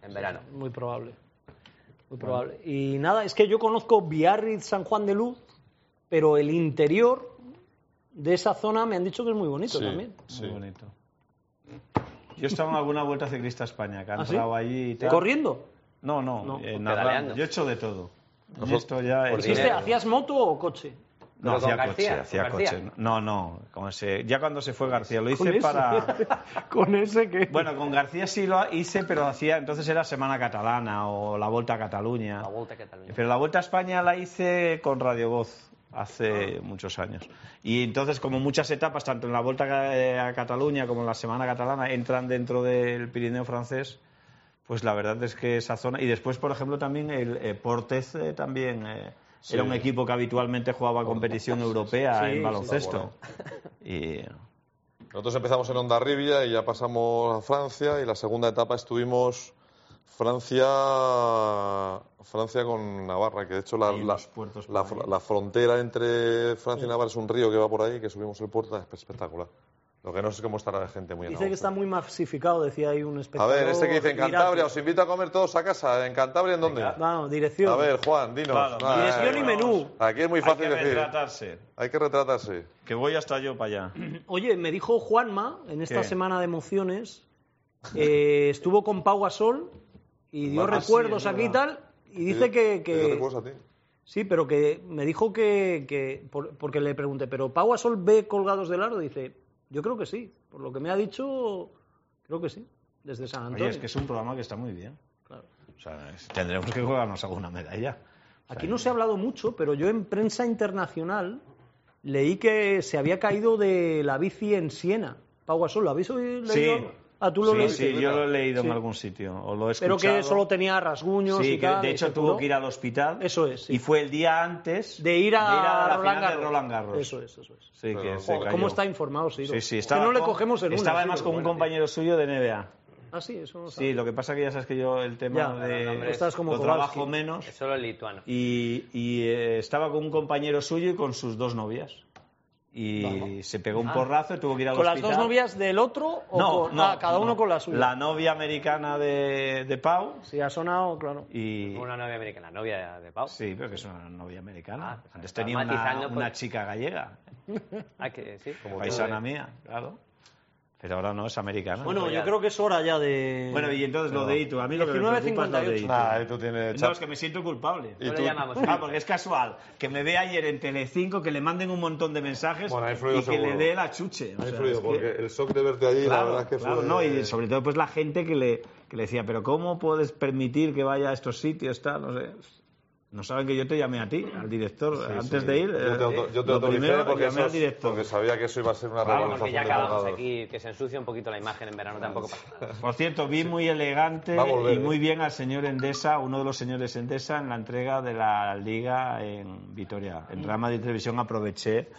S2: en verano.
S1: Muy probable. Muy probable. Y nada, es que yo conozco Biarritz, San Juan de Luz, pero el interior de esa zona me han dicho que es muy bonito
S4: Sí,
S1: también.
S4: sí.
S5: Muy bonito. Yo he estado en alguna vuelta ciclista a España, que ha
S1: ¿Ah, sí?
S5: entrado allí y tal.
S1: ¿Corriendo?
S5: No, no,
S1: No,
S5: eh,
S2: pedaleando.
S5: nadando. Yo he hecho de todo. Y esto ya
S2: por
S5: es-
S4: eh.
S1: ¿Hiciste,
S2: Dinero.
S1: ¿Este, ¿Hacías moto o coche?
S5: No,
S2: Pero
S5: hacía
S2: con García,
S5: coche, hacía
S2: con García.
S5: coche. No, no, como se- ya cuando se fue García, lo
S1: Con
S5: hice
S1: ese-
S5: para...
S1: Con ese que...
S5: Bueno, con García sí lo hice, pero hacía entonces era Semana Catalana o la Vuelta a Cataluña.
S2: La vuelta que tal.
S5: Pero la Vuelta a España la hice con Radio Voz
S1: Ah.
S5: hace muchos años. Y entonces, como muchas etapas, tanto en la Vuelta a a Cataluña como en la Semana Catalana, entran dentro del Pirineo francés, pues la verdad es que esa zona... Y después, por ejemplo, también el eh, Portez eh, también... eh, Era un equipo que habitualmente jugaba competición europea
S1: Sí, sí,
S5: en
S1: sí.
S5: baloncesto. Y
S4: Nosotros empezamos en Ondarribia y ya pasamos a Francia y la segunda etapa estuvimos Francia Francia con Navarra, que de hecho la,
S5: Y
S4: la-
S5: los puertos por
S4: la
S5: ahí.
S4: fr- la frontera entre Francia y Navarra es un río que va por ahí, que subimos el puerto, es espectacular. Lo que no sé cómo estará la gente muy en
S1: Dice que
S4: agosto.
S1: está muy masificado, decía ahí un
S4: A
S1: espectador.
S4: ver, este que dice en
S1: Mira,
S4: Cantabria, os invito a comer todos a casa. ¿En Cantabria en dónde? A
S1: Vamos, dirección.
S4: ver, Juan, dinos.
S5: Claro,
S4: Ah,
S1: dirección y menú.
S4: Aquí es muy fácil
S5: hay que
S4: decir.
S5: retratarse,
S4: Hay que retratarse.
S5: que voy hasta yo para allá.
S1: Oye, me dijo Juanma en esta
S5: ¿Qué?
S1: semana de emociones, eh, estuvo con Pau Gasol y dio
S5: Ah, sí,
S1: recuerdos
S5: es
S1: aquí y tal,
S5: verdad.
S1: y dice que...
S4: Yo te
S1: que
S4: recuerdo a ti.
S1: sí, pero que me dijo que... que por- porque le pregunté, ¿pero Pau Gasol ve colgados del aro? Dice, yo creo que sí, por lo que me ha dicho, creo que sí, desde San Antonio.
S5: Oye, es que es un programa que está muy bien.
S1: Claro.
S5: O sea, es- tendremos que jugarnos alguna medalla.
S1: Aquí no se ha hablado mucho, pero yo en prensa internacional leí que se había caído de la bici en Siena. Pau Gasol, ¿lo habéis oído? leído? Ah, tú lo
S5: sí,
S1: leíste.
S5: sí, yo lo he leído
S1: Sí.
S5: en algún sitio. O lo he
S1: Pero
S5: escuchado.
S1: que solo tenía rasguños
S5: Sí,
S1: y
S5: que
S1: tal.
S5: de
S1: y
S5: hecho
S1: se
S5: tuvo
S1: curó.
S5: que ir al hospital.
S1: Eso es, sí.
S5: Y fue el día antes
S1: De ir a,
S5: de la
S1: Roland,
S5: final
S1: Garros.
S5: de Roland Garros.
S1: Eso es, eso es.
S5: Sí, que
S4: Pero,
S5: se
S4: joder,
S5: cayó.
S1: ¿Cómo está informado, Ciro?
S5: Sí, sí,
S1: Es
S5: estaba
S1: que no le
S5: con-
S1: cogemos en una,
S5: Estaba
S1: Ciro,
S5: además con un
S1: bueno,
S5: compañero suyo de NBA.
S1: tío. Ah, sí, eso no
S5: Sí,
S1: sabe.
S5: lo que pasa que ya sabes que yo el tema
S1: Ya,
S5: de.
S2: no, hombre,
S1: estás como
S5: lo
S1: Kowalski.
S5: trabajo menos.
S2: Es solo el lituano.
S5: Y, y, eh, estaba con un compañero suyo y con sus dos novias. Y se pegó un porrazo y tuvo que ir al
S1: Ah. ¿Con las
S5: hospital.
S1: dos novias del otro o
S5: No,
S1: con-
S5: no,
S1: ah, cada uno
S5: no.
S1: con la suya?
S5: La novia americana de, de Pau.
S1: Sí, ha sonado, claro.
S5: Y...
S2: Una novia americana, novia de Pau.
S5: Sí, pero que es una novia americana.
S2: Ah, pues
S5: Antes
S2: está
S5: tenía una,
S2: matizando, pues.
S5: una chica gallega,
S2: Ah, que sí. Como eh.
S5: paisana
S4: ¿eh?
S5: mía, claro. Pero ahora no, es americana.
S1: Bueno, yo
S2: ya-
S1: creo que es hora ya de...
S5: Bueno, y entonces lo de Itu. A mí lo que me preocupa es lo de
S1: 19.58.
S5: Itu.
S4: Nah, ahí tú tienes.
S5: No, es que me siento culpable.
S4: ¿Y
S2: ¿Cómo
S4: tú?
S2: le llamamos?
S5: Ah, porque es casual. Que me vea ayer en Telecinco, que le manden un montón de mensajes
S4: Bueno, ha influido
S5: y que le
S4: seguro.
S5: dé la chuche. O
S4: Ha
S5: sea,
S4: influido,
S5: es que-
S4: porque el shock de verte allí, la
S5: Claro,
S4: verdad es que
S5: claro,
S4: fue...
S5: no, y sobre todo pues la gente que le, que le decía, pero ¿cómo puedes permitir que vaya a estos sitios? Tal? No sé. No saben que yo te llamé a ti, al director, antes de ir.
S4: Yo te, auto-
S5: eh,
S4: yo te
S5: lo
S4: autoricé
S5: primero,
S4: porque,
S5: llamé
S4: eso-
S5: al director.
S4: porque sabía que eso iba a ser una
S2: Claro, porque ya
S4: revolución de
S2: acabamos
S4: abogados.
S2: aquí, que se ensucia un poquito la imagen en verano, tampoco pasa nada.
S5: Por cierto, vi muy elegante
S4: Va a volver,
S5: y
S4: ¿eh?
S5: muy bien al señor Endesa, uno de los señores Endesa, en la entrega de la Liga en Vitoria. En Rama de Televisión aproveché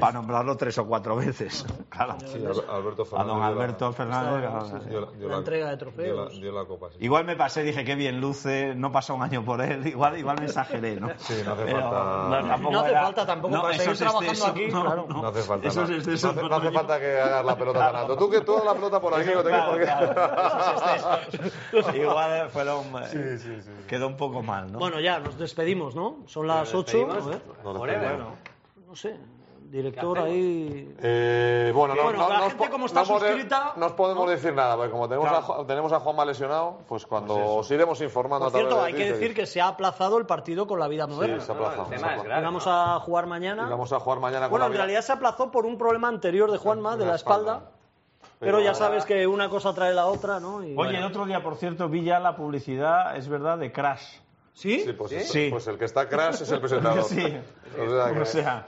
S5: para nombrarlo tres o cuatro veces. Claro.
S4: Sí, Al- Alberto
S5: A
S4: Fernández.
S5: don
S4: dio la-
S5: Alberto Fernández. claro.
S4: dio dio
S1: La entrega de trofeos.
S4: dio la- dio la copa, sí.
S5: Igual me pasé, dije qué bien luce, no pasó un año por él, igual, igual me exageré, ¿no?
S4: Sí, no hace
S5: Pero
S4: falta-
S5: tampoco
S1: No hace falta tampoco para
S5: eso
S1: seguir
S5: es
S1: trabajando
S5: exceso,
S1: aquí, claro.
S4: No hace falta.
S5: Eso es
S4: nada.
S5: exceso,
S4: no hace, no
S5: Fernando.
S4: hace falta que hagas la pelota tan alto. Tú que tú hagas la pelota por aquí, no te crees
S5: Claro,
S4: porque...
S5: claro, eso es exceso. Igual fueron, eh, quedó un poco mal, ¿no?
S1: Bueno, ya, nos despedimos, ¿no? Son las 8.
S2: Despedimos.
S4: No,
S2: Forever.
S4: despedimos.
S1: No sé, director
S2: ¿Qué hacemos?
S1: ahí...
S4: Eh, bueno, no,
S1: Bueno,
S4: no-
S1: la
S4: no os
S1: gente
S4: po-
S1: como está
S4: no pode-
S1: suscrita,
S4: No os podemos decir nada, porque como tenemos,
S5: Claro.
S4: a, Ju- tenemos a Juanma lesionado, pues cuando os iremos informando
S1: Por
S4: a través
S1: cierto,
S4: de
S1: hay que
S4: Twitter.
S1: decir que se ha aplazado el partido con la vida moderna.
S4: se ha
S2: No, no, el
S4: aplazado, se
S2: tema
S4: ha
S2: es
S4: aplazado.
S1: Y
S2: grave.
S1: vamos
S2: ¿no?
S1: a jugar mañana.
S4: Y vamos a jugar mañana con
S1: Bueno,
S4: la
S1: en
S4: vida.
S1: realidad se aplazó por un problema anterior de Juanma, de
S4: Una
S1: la espalda.
S4: espalda.
S1: Pero ya
S4: ahora-
S1: sabes que una cosa trae la otra, ¿no? Y-
S5: Oye, el otro día, por cierto, vi ya la publicidad, es verdad, de Crash.
S1: ¿Sí?
S4: Sí, pues, es-
S5: Sí.
S4: pues el que está crash es el presentador.
S5: Sí.
S4: O sea que-
S5: O sea,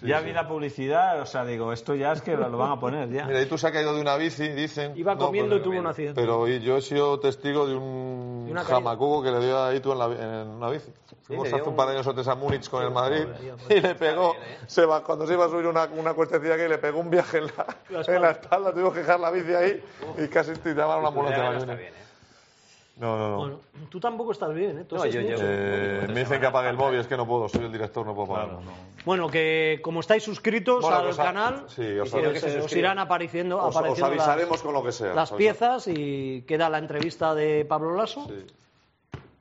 S5: ya vi la publicidad, o sea, digo, esto ya es que lo van a poner ya.
S4: Mira, y tú se ha caído de una bici, dicen.
S1: Iba
S4: No,
S1: comiendo
S4: pues-
S1: y tuvo un accidente.
S4: Pero y yo he sido testigo de un
S1: De una caída.
S4: jamacuco que le dio a Itu en, la, en una bici. Fuimos
S2: le dio
S4: hace un
S2: un-
S4: par de años antes a Múnich con el Madrid y le pegó, se va, cuando se iba a subir una, una cuestecilla que le pegó un viaje en la,
S1: La espalda.
S4: en la espalda, tuvimos que dejar la bici ahí y casi te llamaron a la
S2: Forever
S4: ambulancia.
S2: no
S4: Marina.
S2: está bien, ¿eh?
S4: No, no, no.
S1: Bueno, tú tampoco estás bien, ¿eh? Tú
S2: No,
S1: estás
S2: yo-
S1: bien.
S2: yo-
S4: Eh, me dicen que apague el móvil, es que no puedo, soy el director, no puedo apagarlo.
S1: Bueno, que como estáis suscritos
S4: Bueno,
S1: al
S4: que os ha-
S1: canal,
S4: sí, os
S1: pues,
S4: ha- que se
S1: eh, os
S4: suscriban.
S1: irán apareciendo,
S4: Os, os
S1: apareciendo las-
S4: avisaremos con lo que sea.
S1: las
S4: os avisa-
S1: piezas y queda la entrevista de Pablo Lasso.
S4: Sí.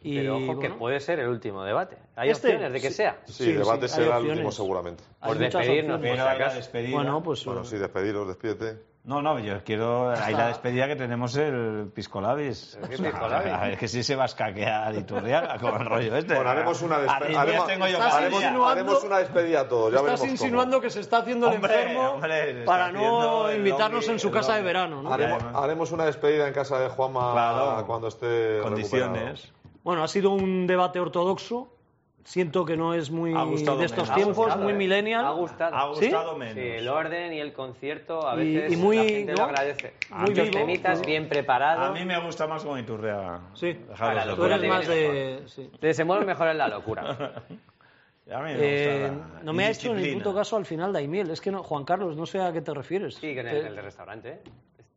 S1: Y,
S2: Pero ojo que
S1: bueno,
S2: puede ser el último debate. Hay
S1: Este,
S2: opciones de que
S1: sí.
S2: sea.
S4: Sí,
S1: Sí,
S4: debate
S1: sí, hay
S4: será el
S1: opciones.
S4: último seguramente.
S1: hay
S2: por
S1: muchas
S2: despedirnos,
S1: opciones.
S5: Pero
S2: por si
S5: hay la
S2: acaso.
S5: despedida.
S1: Bueno, pues
S4: Bueno, sí, despediros, despídete.
S5: No, no, yo quiero. Ahí la despedida que tenemos el Piscolabis.
S2: ¿Pero qué Piscolabis?
S5: Ah, Es que sí se va a escaquear Iturriaga con el rollo este.
S4: Bueno, haremos una
S5: A
S4: despedida.
S5: Ribeas tengo yo
S1: Estás
S5: cada
S4: Haremos,
S5: día.
S1: insinuando-
S4: haremos una despedida a todos. Ya
S1: Estás
S4: veremos cómo.
S1: insinuando que se está haciendo el
S5: Hombre,
S1: enfermo
S5: hombre, se está
S1: para
S5: haciendo
S1: no
S5: el
S1: invitarnos
S5: hombre,
S1: en su
S5: el
S1: casa de
S5: hombre.
S1: verano, ¿no?
S5: Ahora-
S4: Haremos,
S5: Ya, ya.
S4: haremos una despedida en casa de Juanma
S5: Claro.
S4: cuando esté.
S5: Condiciones.
S1: Bueno, ha sido un debate ortodoxo. Siento que no es muy
S5: Ha gustado
S1: de estos
S5: menos.
S1: tiempos,
S5: Ha gustado,
S1: muy
S5: eh.
S1: millennial.
S2: Ha gustado.
S5: Ha gustado menos.
S2: Sí, el orden y el concierto a
S1: Y-
S2: veces
S1: y muy,
S2: la gente
S1: ¿no?
S2: lo agradece.
S1: Muy
S2: Muchos
S1: vivo,
S2: temitas
S1: ¿no?
S2: bien preparados.
S5: A mí me gusta más con Iturriaga.
S1: Sí.
S5: Dejaros
S2: Para
S5: de
S2: los
S1: Tú eres
S5: joder.
S2: Ahora
S1: más de... sí.
S2: Te se mueve mejor en la locura.
S5: A mí me
S1: Eh,
S5: gusta la
S1: no me ha hecho ni
S5: indisciplina.
S1: puto caso al final Daimiel. Es que no, Juan Carlos, no sé a qué te refieres.
S2: Sí, que en
S1: Te-
S2: el, el restaurante. ¿eh?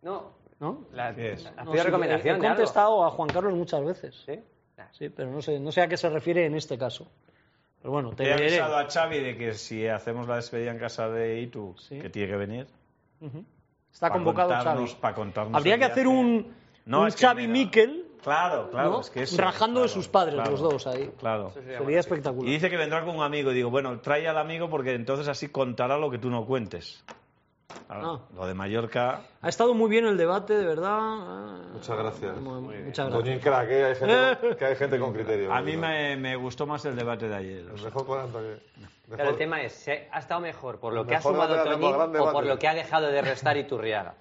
S2: No,
S1: ¿No?
S2: la, has
S5: ¿Qué es?
S2: pedido
S1: No, sí,
S2: recomendación
S1: He
S2: de algo.
S1: contestado a Juan Carlos muchas veces.
S2: ¿Sí? Nah.
S1: Sí, pero no sé, no sé a qué se refiere en este caso. Pero bueno, te
S5: He
S1: leeré.
S5: avisado a Xavi de que si hacemos la despedida en casa de Itu,
S1: Sí.
S5: que tiene que venir.
S1: Está
S5: pa
S1: convocado
S5: contarnos-
S1: Xavi.
S5: pa contarnos
S1: Habría
S5: el
S1: que hacer
S5: viaje.
S1: un,
S5: No,
S1: un
S5: es que
S1: Xavi
S5: mira,
S1: Miquel.
S5: Claro, claro.
S1: ¿no?
S5: es que eso,
S1: Rajando de
S5: claro,
S1: sus padres
S5: claro,
S1: los dos ahí.
S5: Claro.
S2: Eso
S1: Sería
S2: sería bueno, sí.
S5: Y
S1: espectacular.
S5: dice que vendrá con un amigo. Y digo, bueno, trae al amigo porque entonces así contará lo que tú no cuentes. Ahora,
S1: Ah.
S5: Lo de Mallorca.
S1: Ha estado muy bien el debate, de verdad.
S4: Muchas gracias.
S1: Mu-
S4: Muy
S1: Muchas gracias.
S4: Doña Crack, ¿eh? hay gente, que hay gente con criterio. ¿eh?
S5: A mí me, me gustó más el debate de ayer. o sea.
S4: Mejor con Antonio.
S2: Claro, el tema es, ¿se ¿ha estado mejor por lo que
S4: Mejor
S2: ha sumado
S4: debate,
S2: Toñi
S4: grande
S2: o por
S4: debate.
S2: lo que ha dejado de restar Iturriaga?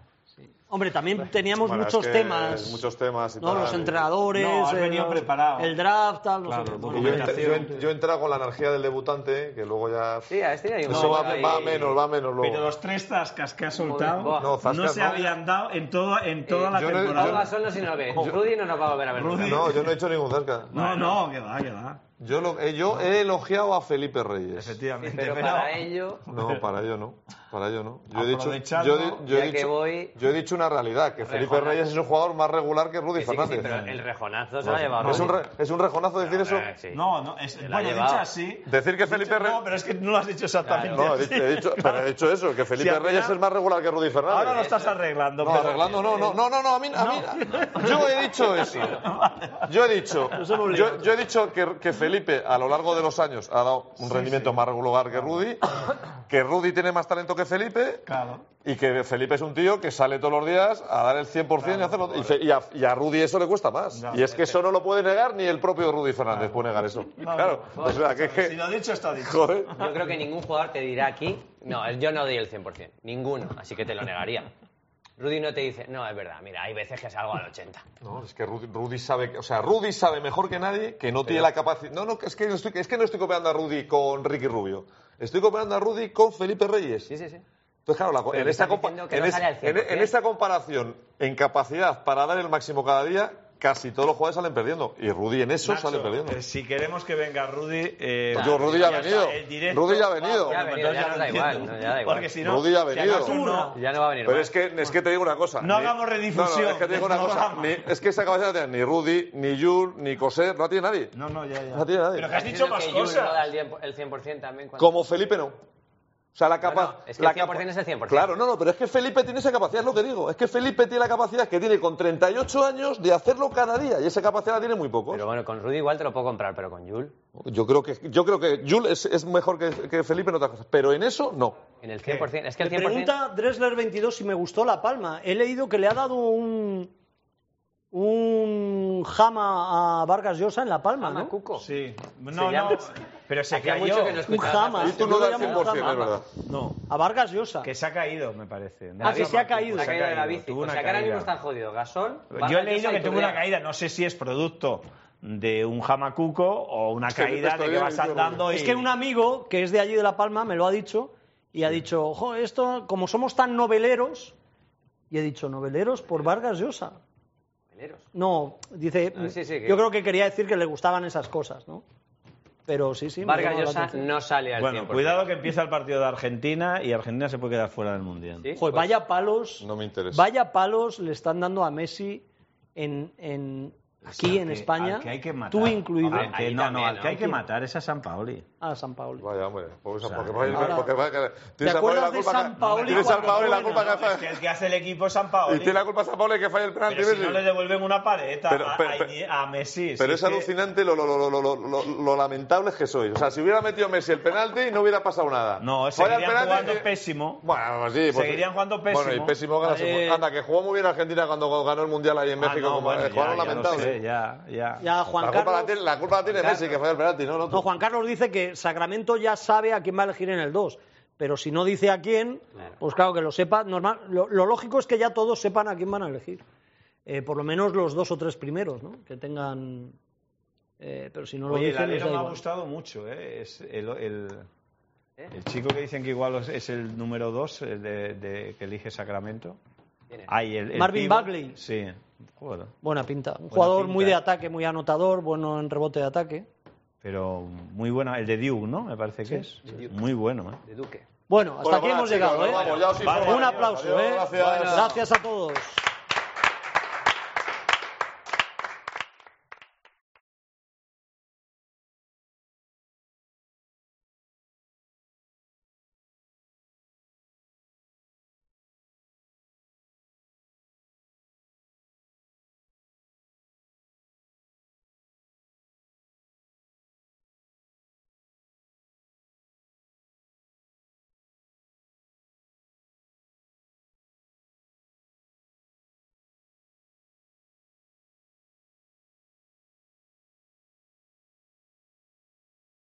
S1: Hombre, también teníamos
S4: Bueno,
S1: muchos
S4: es que
S1: temas.
S4: muchos temas y
S1: ¿no?
S4: tal,
S1: Los
S4: y-
S1: entrenadores.
S5: No, has
S1: el,
S5: venido preparado.
S1: el draft, tal. no
S5: Claro,
S1: sé qué.
S5: un
S1: Bueno,
S4: Y
S5: poco
S4: yo,
S1: bueno,
S4: entra- yo, en- yo entraba con la energía del debutante, que luego ya.
S2: Sí, a este ya hay un...
S4: Eso va,
S2: ahí-
S4: va a menos, va a menos luego.
S5: Pero los tres zascas que ha soltado
S2: Joder,
S4: No,
S5: no,
S4: zascas
S5: se
S4: no.
S5: habían dado en, todo, en
S2: eh,
S5: toda la
S4: yo no-
S5: temporada.
S2: Alba Sol no se nos ve. Rudy no nos va a volver a ver.
S5: Rudy.
S2: nunca.
S4: No, yo no he hecho ningún cerca.
S5: No, no, que va, que va.
S4: Yo, lo- eh, yo he elogiado a Felipe Reyes.
S5: Efectivamente.
S2: Pero para ello...
S4: No, para ello no. Para ello no.
S5: Ah,
S4: Yo he dicho,
S5: Aprovechando,
S4: yo, di- yo
S2: ya
S4: he
S2: que
S4: dicho,
S2: voy-
S4: yo he dicho una realidad, que Felipe
S2: Rejonar.
S4: Reyes es un jugador más regular que Rudy
S2: que sí, que sí,
S4: Fernández.
S2: pero el rejonazo se lo ha llevado
S4: es, un
S2: Rudy.
S4: re- es un rejonazo decir eso.
S2: Eh, sí.
S5: No, no, es,
S2: la ha
S5: bueno, dicho
S2: llevado.
S5: así.
S4: Decir que Felipe
S5: dicho-
S4: Re-
S5: No, pero es que no lo has dicho exactamente.
S4: No, he
S5: así.
S4: dicho, he dicho- pero he dicho eso, que Felipe
S5: al final-
S4: Reyes es más regular que Rudy Fernández.
S5: Ahora lo estás arreglando.
S4: No,
S5: pero-
S4: arreglando, no, no, no, no, no, a mí, a mí, yo he dicho eso. Yo he dicho, yo, yo he dicho que, que Felipe a lo largo de los años ha dado un rendimiento más regular que Rudy, que Rudy tiene más talento que Felipe
S5: Claro.
S4: y que Felipe es un tío que sale todos los días a dar el 100% y hacerlo. Y, Fe- y a, y a Rudy eso le cuesta más.
S5: Ya.
S4: y es que eso no lo puede negar ni el propio Rudy Fernández puede negar eso. Claro, o sea, que es
S5: Si
S4: que,
S5: lo he dicho, está dicho.
S4: joder.
S2: Yo creo que ningún jugador te dirá aquí, no, yo no doy el 100%, ninguno, así que te lo negaría. Rudy no te dice, no, es verdad, mira, hay veces que salgo al 80.
S4: No, es que Rudy, Rudy sabe, que- o sea, Rudy sabe mejor que nadie que no tiene la capacidad. No, no, es que, no estoy, es que no estoy copiando a Rudy con Ricky Rubio. Estoy copiando a Rudy con Felipe Reyes.
S2: Sí, sí, sí.
S4: Entonces, claro, la-
S2: Pero
S4: en,
S2: me
S4: esta
S2: estás
S4: compa-
S2: diciendo que
S4: en,
S2: no
S4: es-
S2: sale al
S4: en-
S2: 100%.
S4: en esta comparación en capacidad para dar el máximo cada día, casi todos los jugadores salen perdiendo. Y Rudy en eso
S5: Nacho,
S4: sale perdiendo.
S5: eh, si queremos que venga Rudy. eh,
S4: Yo, Rudy ya ha
S5: está,
S4: venido.
S5: el directo-
S4: Rudy ya ha venido.
S5: Ah, bueno,
S2: Ya ha venido,
S5: entonces
S2: ya
S5: lo
S2: nos da
S5: entiendo.
S2: igual, ya da igual.
S5: Porque si no,
S4: Rudy ya ha
S5: si
S4: venido.
S5: acaso no-
S2: Ya no va a venir
S4: Pero
S2: más.
S4: es que, es que te digo una cosa.
S5: No hagamos redifusión
S4: No, no, es que te digo
S5: del
S4: una cosa.
S5: programa.
S4: Ni, es que esa capacidad no tiene ni Rudy, ni Jul, ni Cosé, no la tiene nadie.
S5: No, no, ya, ya.
S4: No tiene nadie.
S5: Pero que
S2: Estás
S5: has dicho
S2: diciendo
S5: más
S2: que Jul no da
S5: cosas.
S2: el 10 el 100% también cuando...
S4: Como Felipe no. O sea, la
S2: No,
S4: capacidad.
S2: no, es que el 100% es el 100%.
S4: Claro, no, no, pero es que Felipe tiene esa capacidad, es lo que digo. Es que Felipe tiene la capacidad que tiene con 38 años de hacerlo cada día. Y esa capacidad la tiene muy pocos.
S2: Pero bueno, con Rudy igual te lo puedo comprar, pero con Jul,
S4: Yo creo que, yo creo que Jules es, es mejor que, que Felipe en otras cosas. Pero en eso, no.
S2: en el 100%, es que el
S1: Me
S2: 100%...
S1: pregunta Dressler22 si me gustó La Palma. He leído que le ha dado un. un jama a Vargas Llosa en La Palma,
S2: Ama,
S1: ¿no?
S2: Cuco.
S5: Sí.
S2: Se
S5: No, no.
S2: llama-
S5: Pero se
S2: Hacía
S5: cayó.
S2: mucho que no escuchaba
S1: Un jama.
S2: esa
S4: Y
S2: frase.
S4: tú no
S1: Yo lo
S4: das
S1: llamo
S4: 100%, es
S1: Jama.
S4: verdad.
S5: No.
S1: A Vargas Llosa.
S5: Que se ha caído, me parece.
S1: Ah, que se ha caído.
S2: Se ha caído de la bici.
S5: Tuvo
S2: O
S5: una
S2: sea, que ahora
S5: caída.
S2: mismo están jodidos. Gasol...
S5: Yo he
S2: Vargas
S5: leído
S2: Llosa
S5: que
S2: y
S5: tuvo una
S2: Turriaga.
S5: caída, no sé si es producto de un jamacuco o una
S4: Sí,
S5: caída
S4: estoy
S5: de que
S4: bien,
S5: vas
S4: estoy bien.
S5: andando y...
S1: Es que un amigo que es de allí de La Palma me lo ha dicho y ha dicho, ojo, esto, como somos tan noveleros, y he dicho, noveleros por Vargas Llosa.
S2: Veleros.
S1: No, dice,
S2: Ah, sí, sí, que-
S1: yo creo que quería decir que le gustaban esas cosas, ¿no? Pero sí, sí. me
S2: Vargas
S1: llama la
S2: Llosa
S1: atención.
S2: no sale al
S5: Bueno,
S2: 100%.
S5: cuidado que empieza el partido de Argentina y Argentina se puede quedar fuera del Mundial.
S2: Sí,
S1: Joder,
S2: pues-
S1: vaya palos.
S4: No me interesa.
S1: Vaya palos le están dando a Messi en, en aquí en
S5: que-
S1: España,
S5: al que hay que matar.
S1: tú incluido,
S5: Al que-
S2: Ahí
S5: no, no,
S2: también,
S5: al que hay
S2: ¿no?
S5: que matar es a San Paoli.
S1: a San Paolo.
S4: Vaya, hombre. Porque,
S5: sea,
S4: porque, porque,
S1: ahora-
S4: porque, porque-
S1: ¿Te
S4: tiene San Paoli
S1: acuerdas
S4: la
S1: de
S4: culpa
S1: San
S4: que-
S1: Paoli
S4: Tiene San
S1: cuando
S4: Paoli la
S1: juega?
S4: culpa que
S5: Es que el que hace el equipo es San Paoli.
S4: Y tiene la culpa San Paoli que falla el penalti.
S5: Pero si
S4: Messi.
S5: no le devuelven una pared a,
S4: Pero-
S5: a-
S4: pero-
S5: a Iñi- a Messi. si
S4: Pero es
S5: que-
S4: alucinante lo, lo, lo, lo, lo, lo- lo lamentable que sois. O sea, si hubiera metido Messi el penalti, no hubiera pasado nada.
S5: No,
S4: Falla el
S5: seguirían
S4: penalti
S5: jugando
S4: y-
S5: pésimo.
S4: Bueno, sí. pues-
S5: Seguirían jugando
S4: Bueno,
S5: pésimo.
S4: y pésimo gana su-
S1: Eh,
S4: Anda, que jugó muy bien Argentina cuando ganó el Mundial ahí en
S5: Ah,
S4: México.
S5: no,
S4: como-
S5: bueno,
S4: eh, jugaron
S5: ya, ya lo
S4: lamentable.
S5: sé, ya, ya.
S1: Ya Juan
S4: la, culpa
S1: Carlos,
S4: la tiene, la culpa la tiene Messi, que falla el penalti, no, no tú.
S1: no, Juan Carlos dice que Sacramento ya sabe a quién va a elegir en el 2, pero si no dice a quién, pues claro que lo sepa. Normal, lo, lo lógico es que ya todos sepan a quién van a elegir, Eh, por lo menos los dos o tres primeros, ¿no? Que tengan, eh, pero si no lo
S5: Oye, el
S1: dicen, les
S5: alero
S1: da
S5: me ha
S1: igual.
S5: gustado mucho, ¿eh? Es el, el- el chico que dicen que igual es- es el número dos el de, de- que elige Sacramento. Ay, el, el
S1: Marvin
S5: pivo.
S1: Bagley.
S5: Sí, joder.
S1: Buena pinta, un jugador
S5: pinta,
S1: muy de
S5: eh.
S1: ataque, muy anotador, bueno en rebote de ataque.
S5: Pero muy bueno. El de Duke, ¿no? Me parece que es. Muy bueno, ¿eh?
S2: de Duque.
S1: Bueno, hasta
S4: Bueno,
S1: aquí
S4: bueno,
S1: hemos
S4: chicos,
S1: llegado,
S4: nos
S1: ¿eh?
S4: vamos, ya os
S1: Un
S4: informaremos.
S1: aplauso,
S4: Adiós,
S1: ¿eh?
S4: gracias.
S1: Gracias a todos.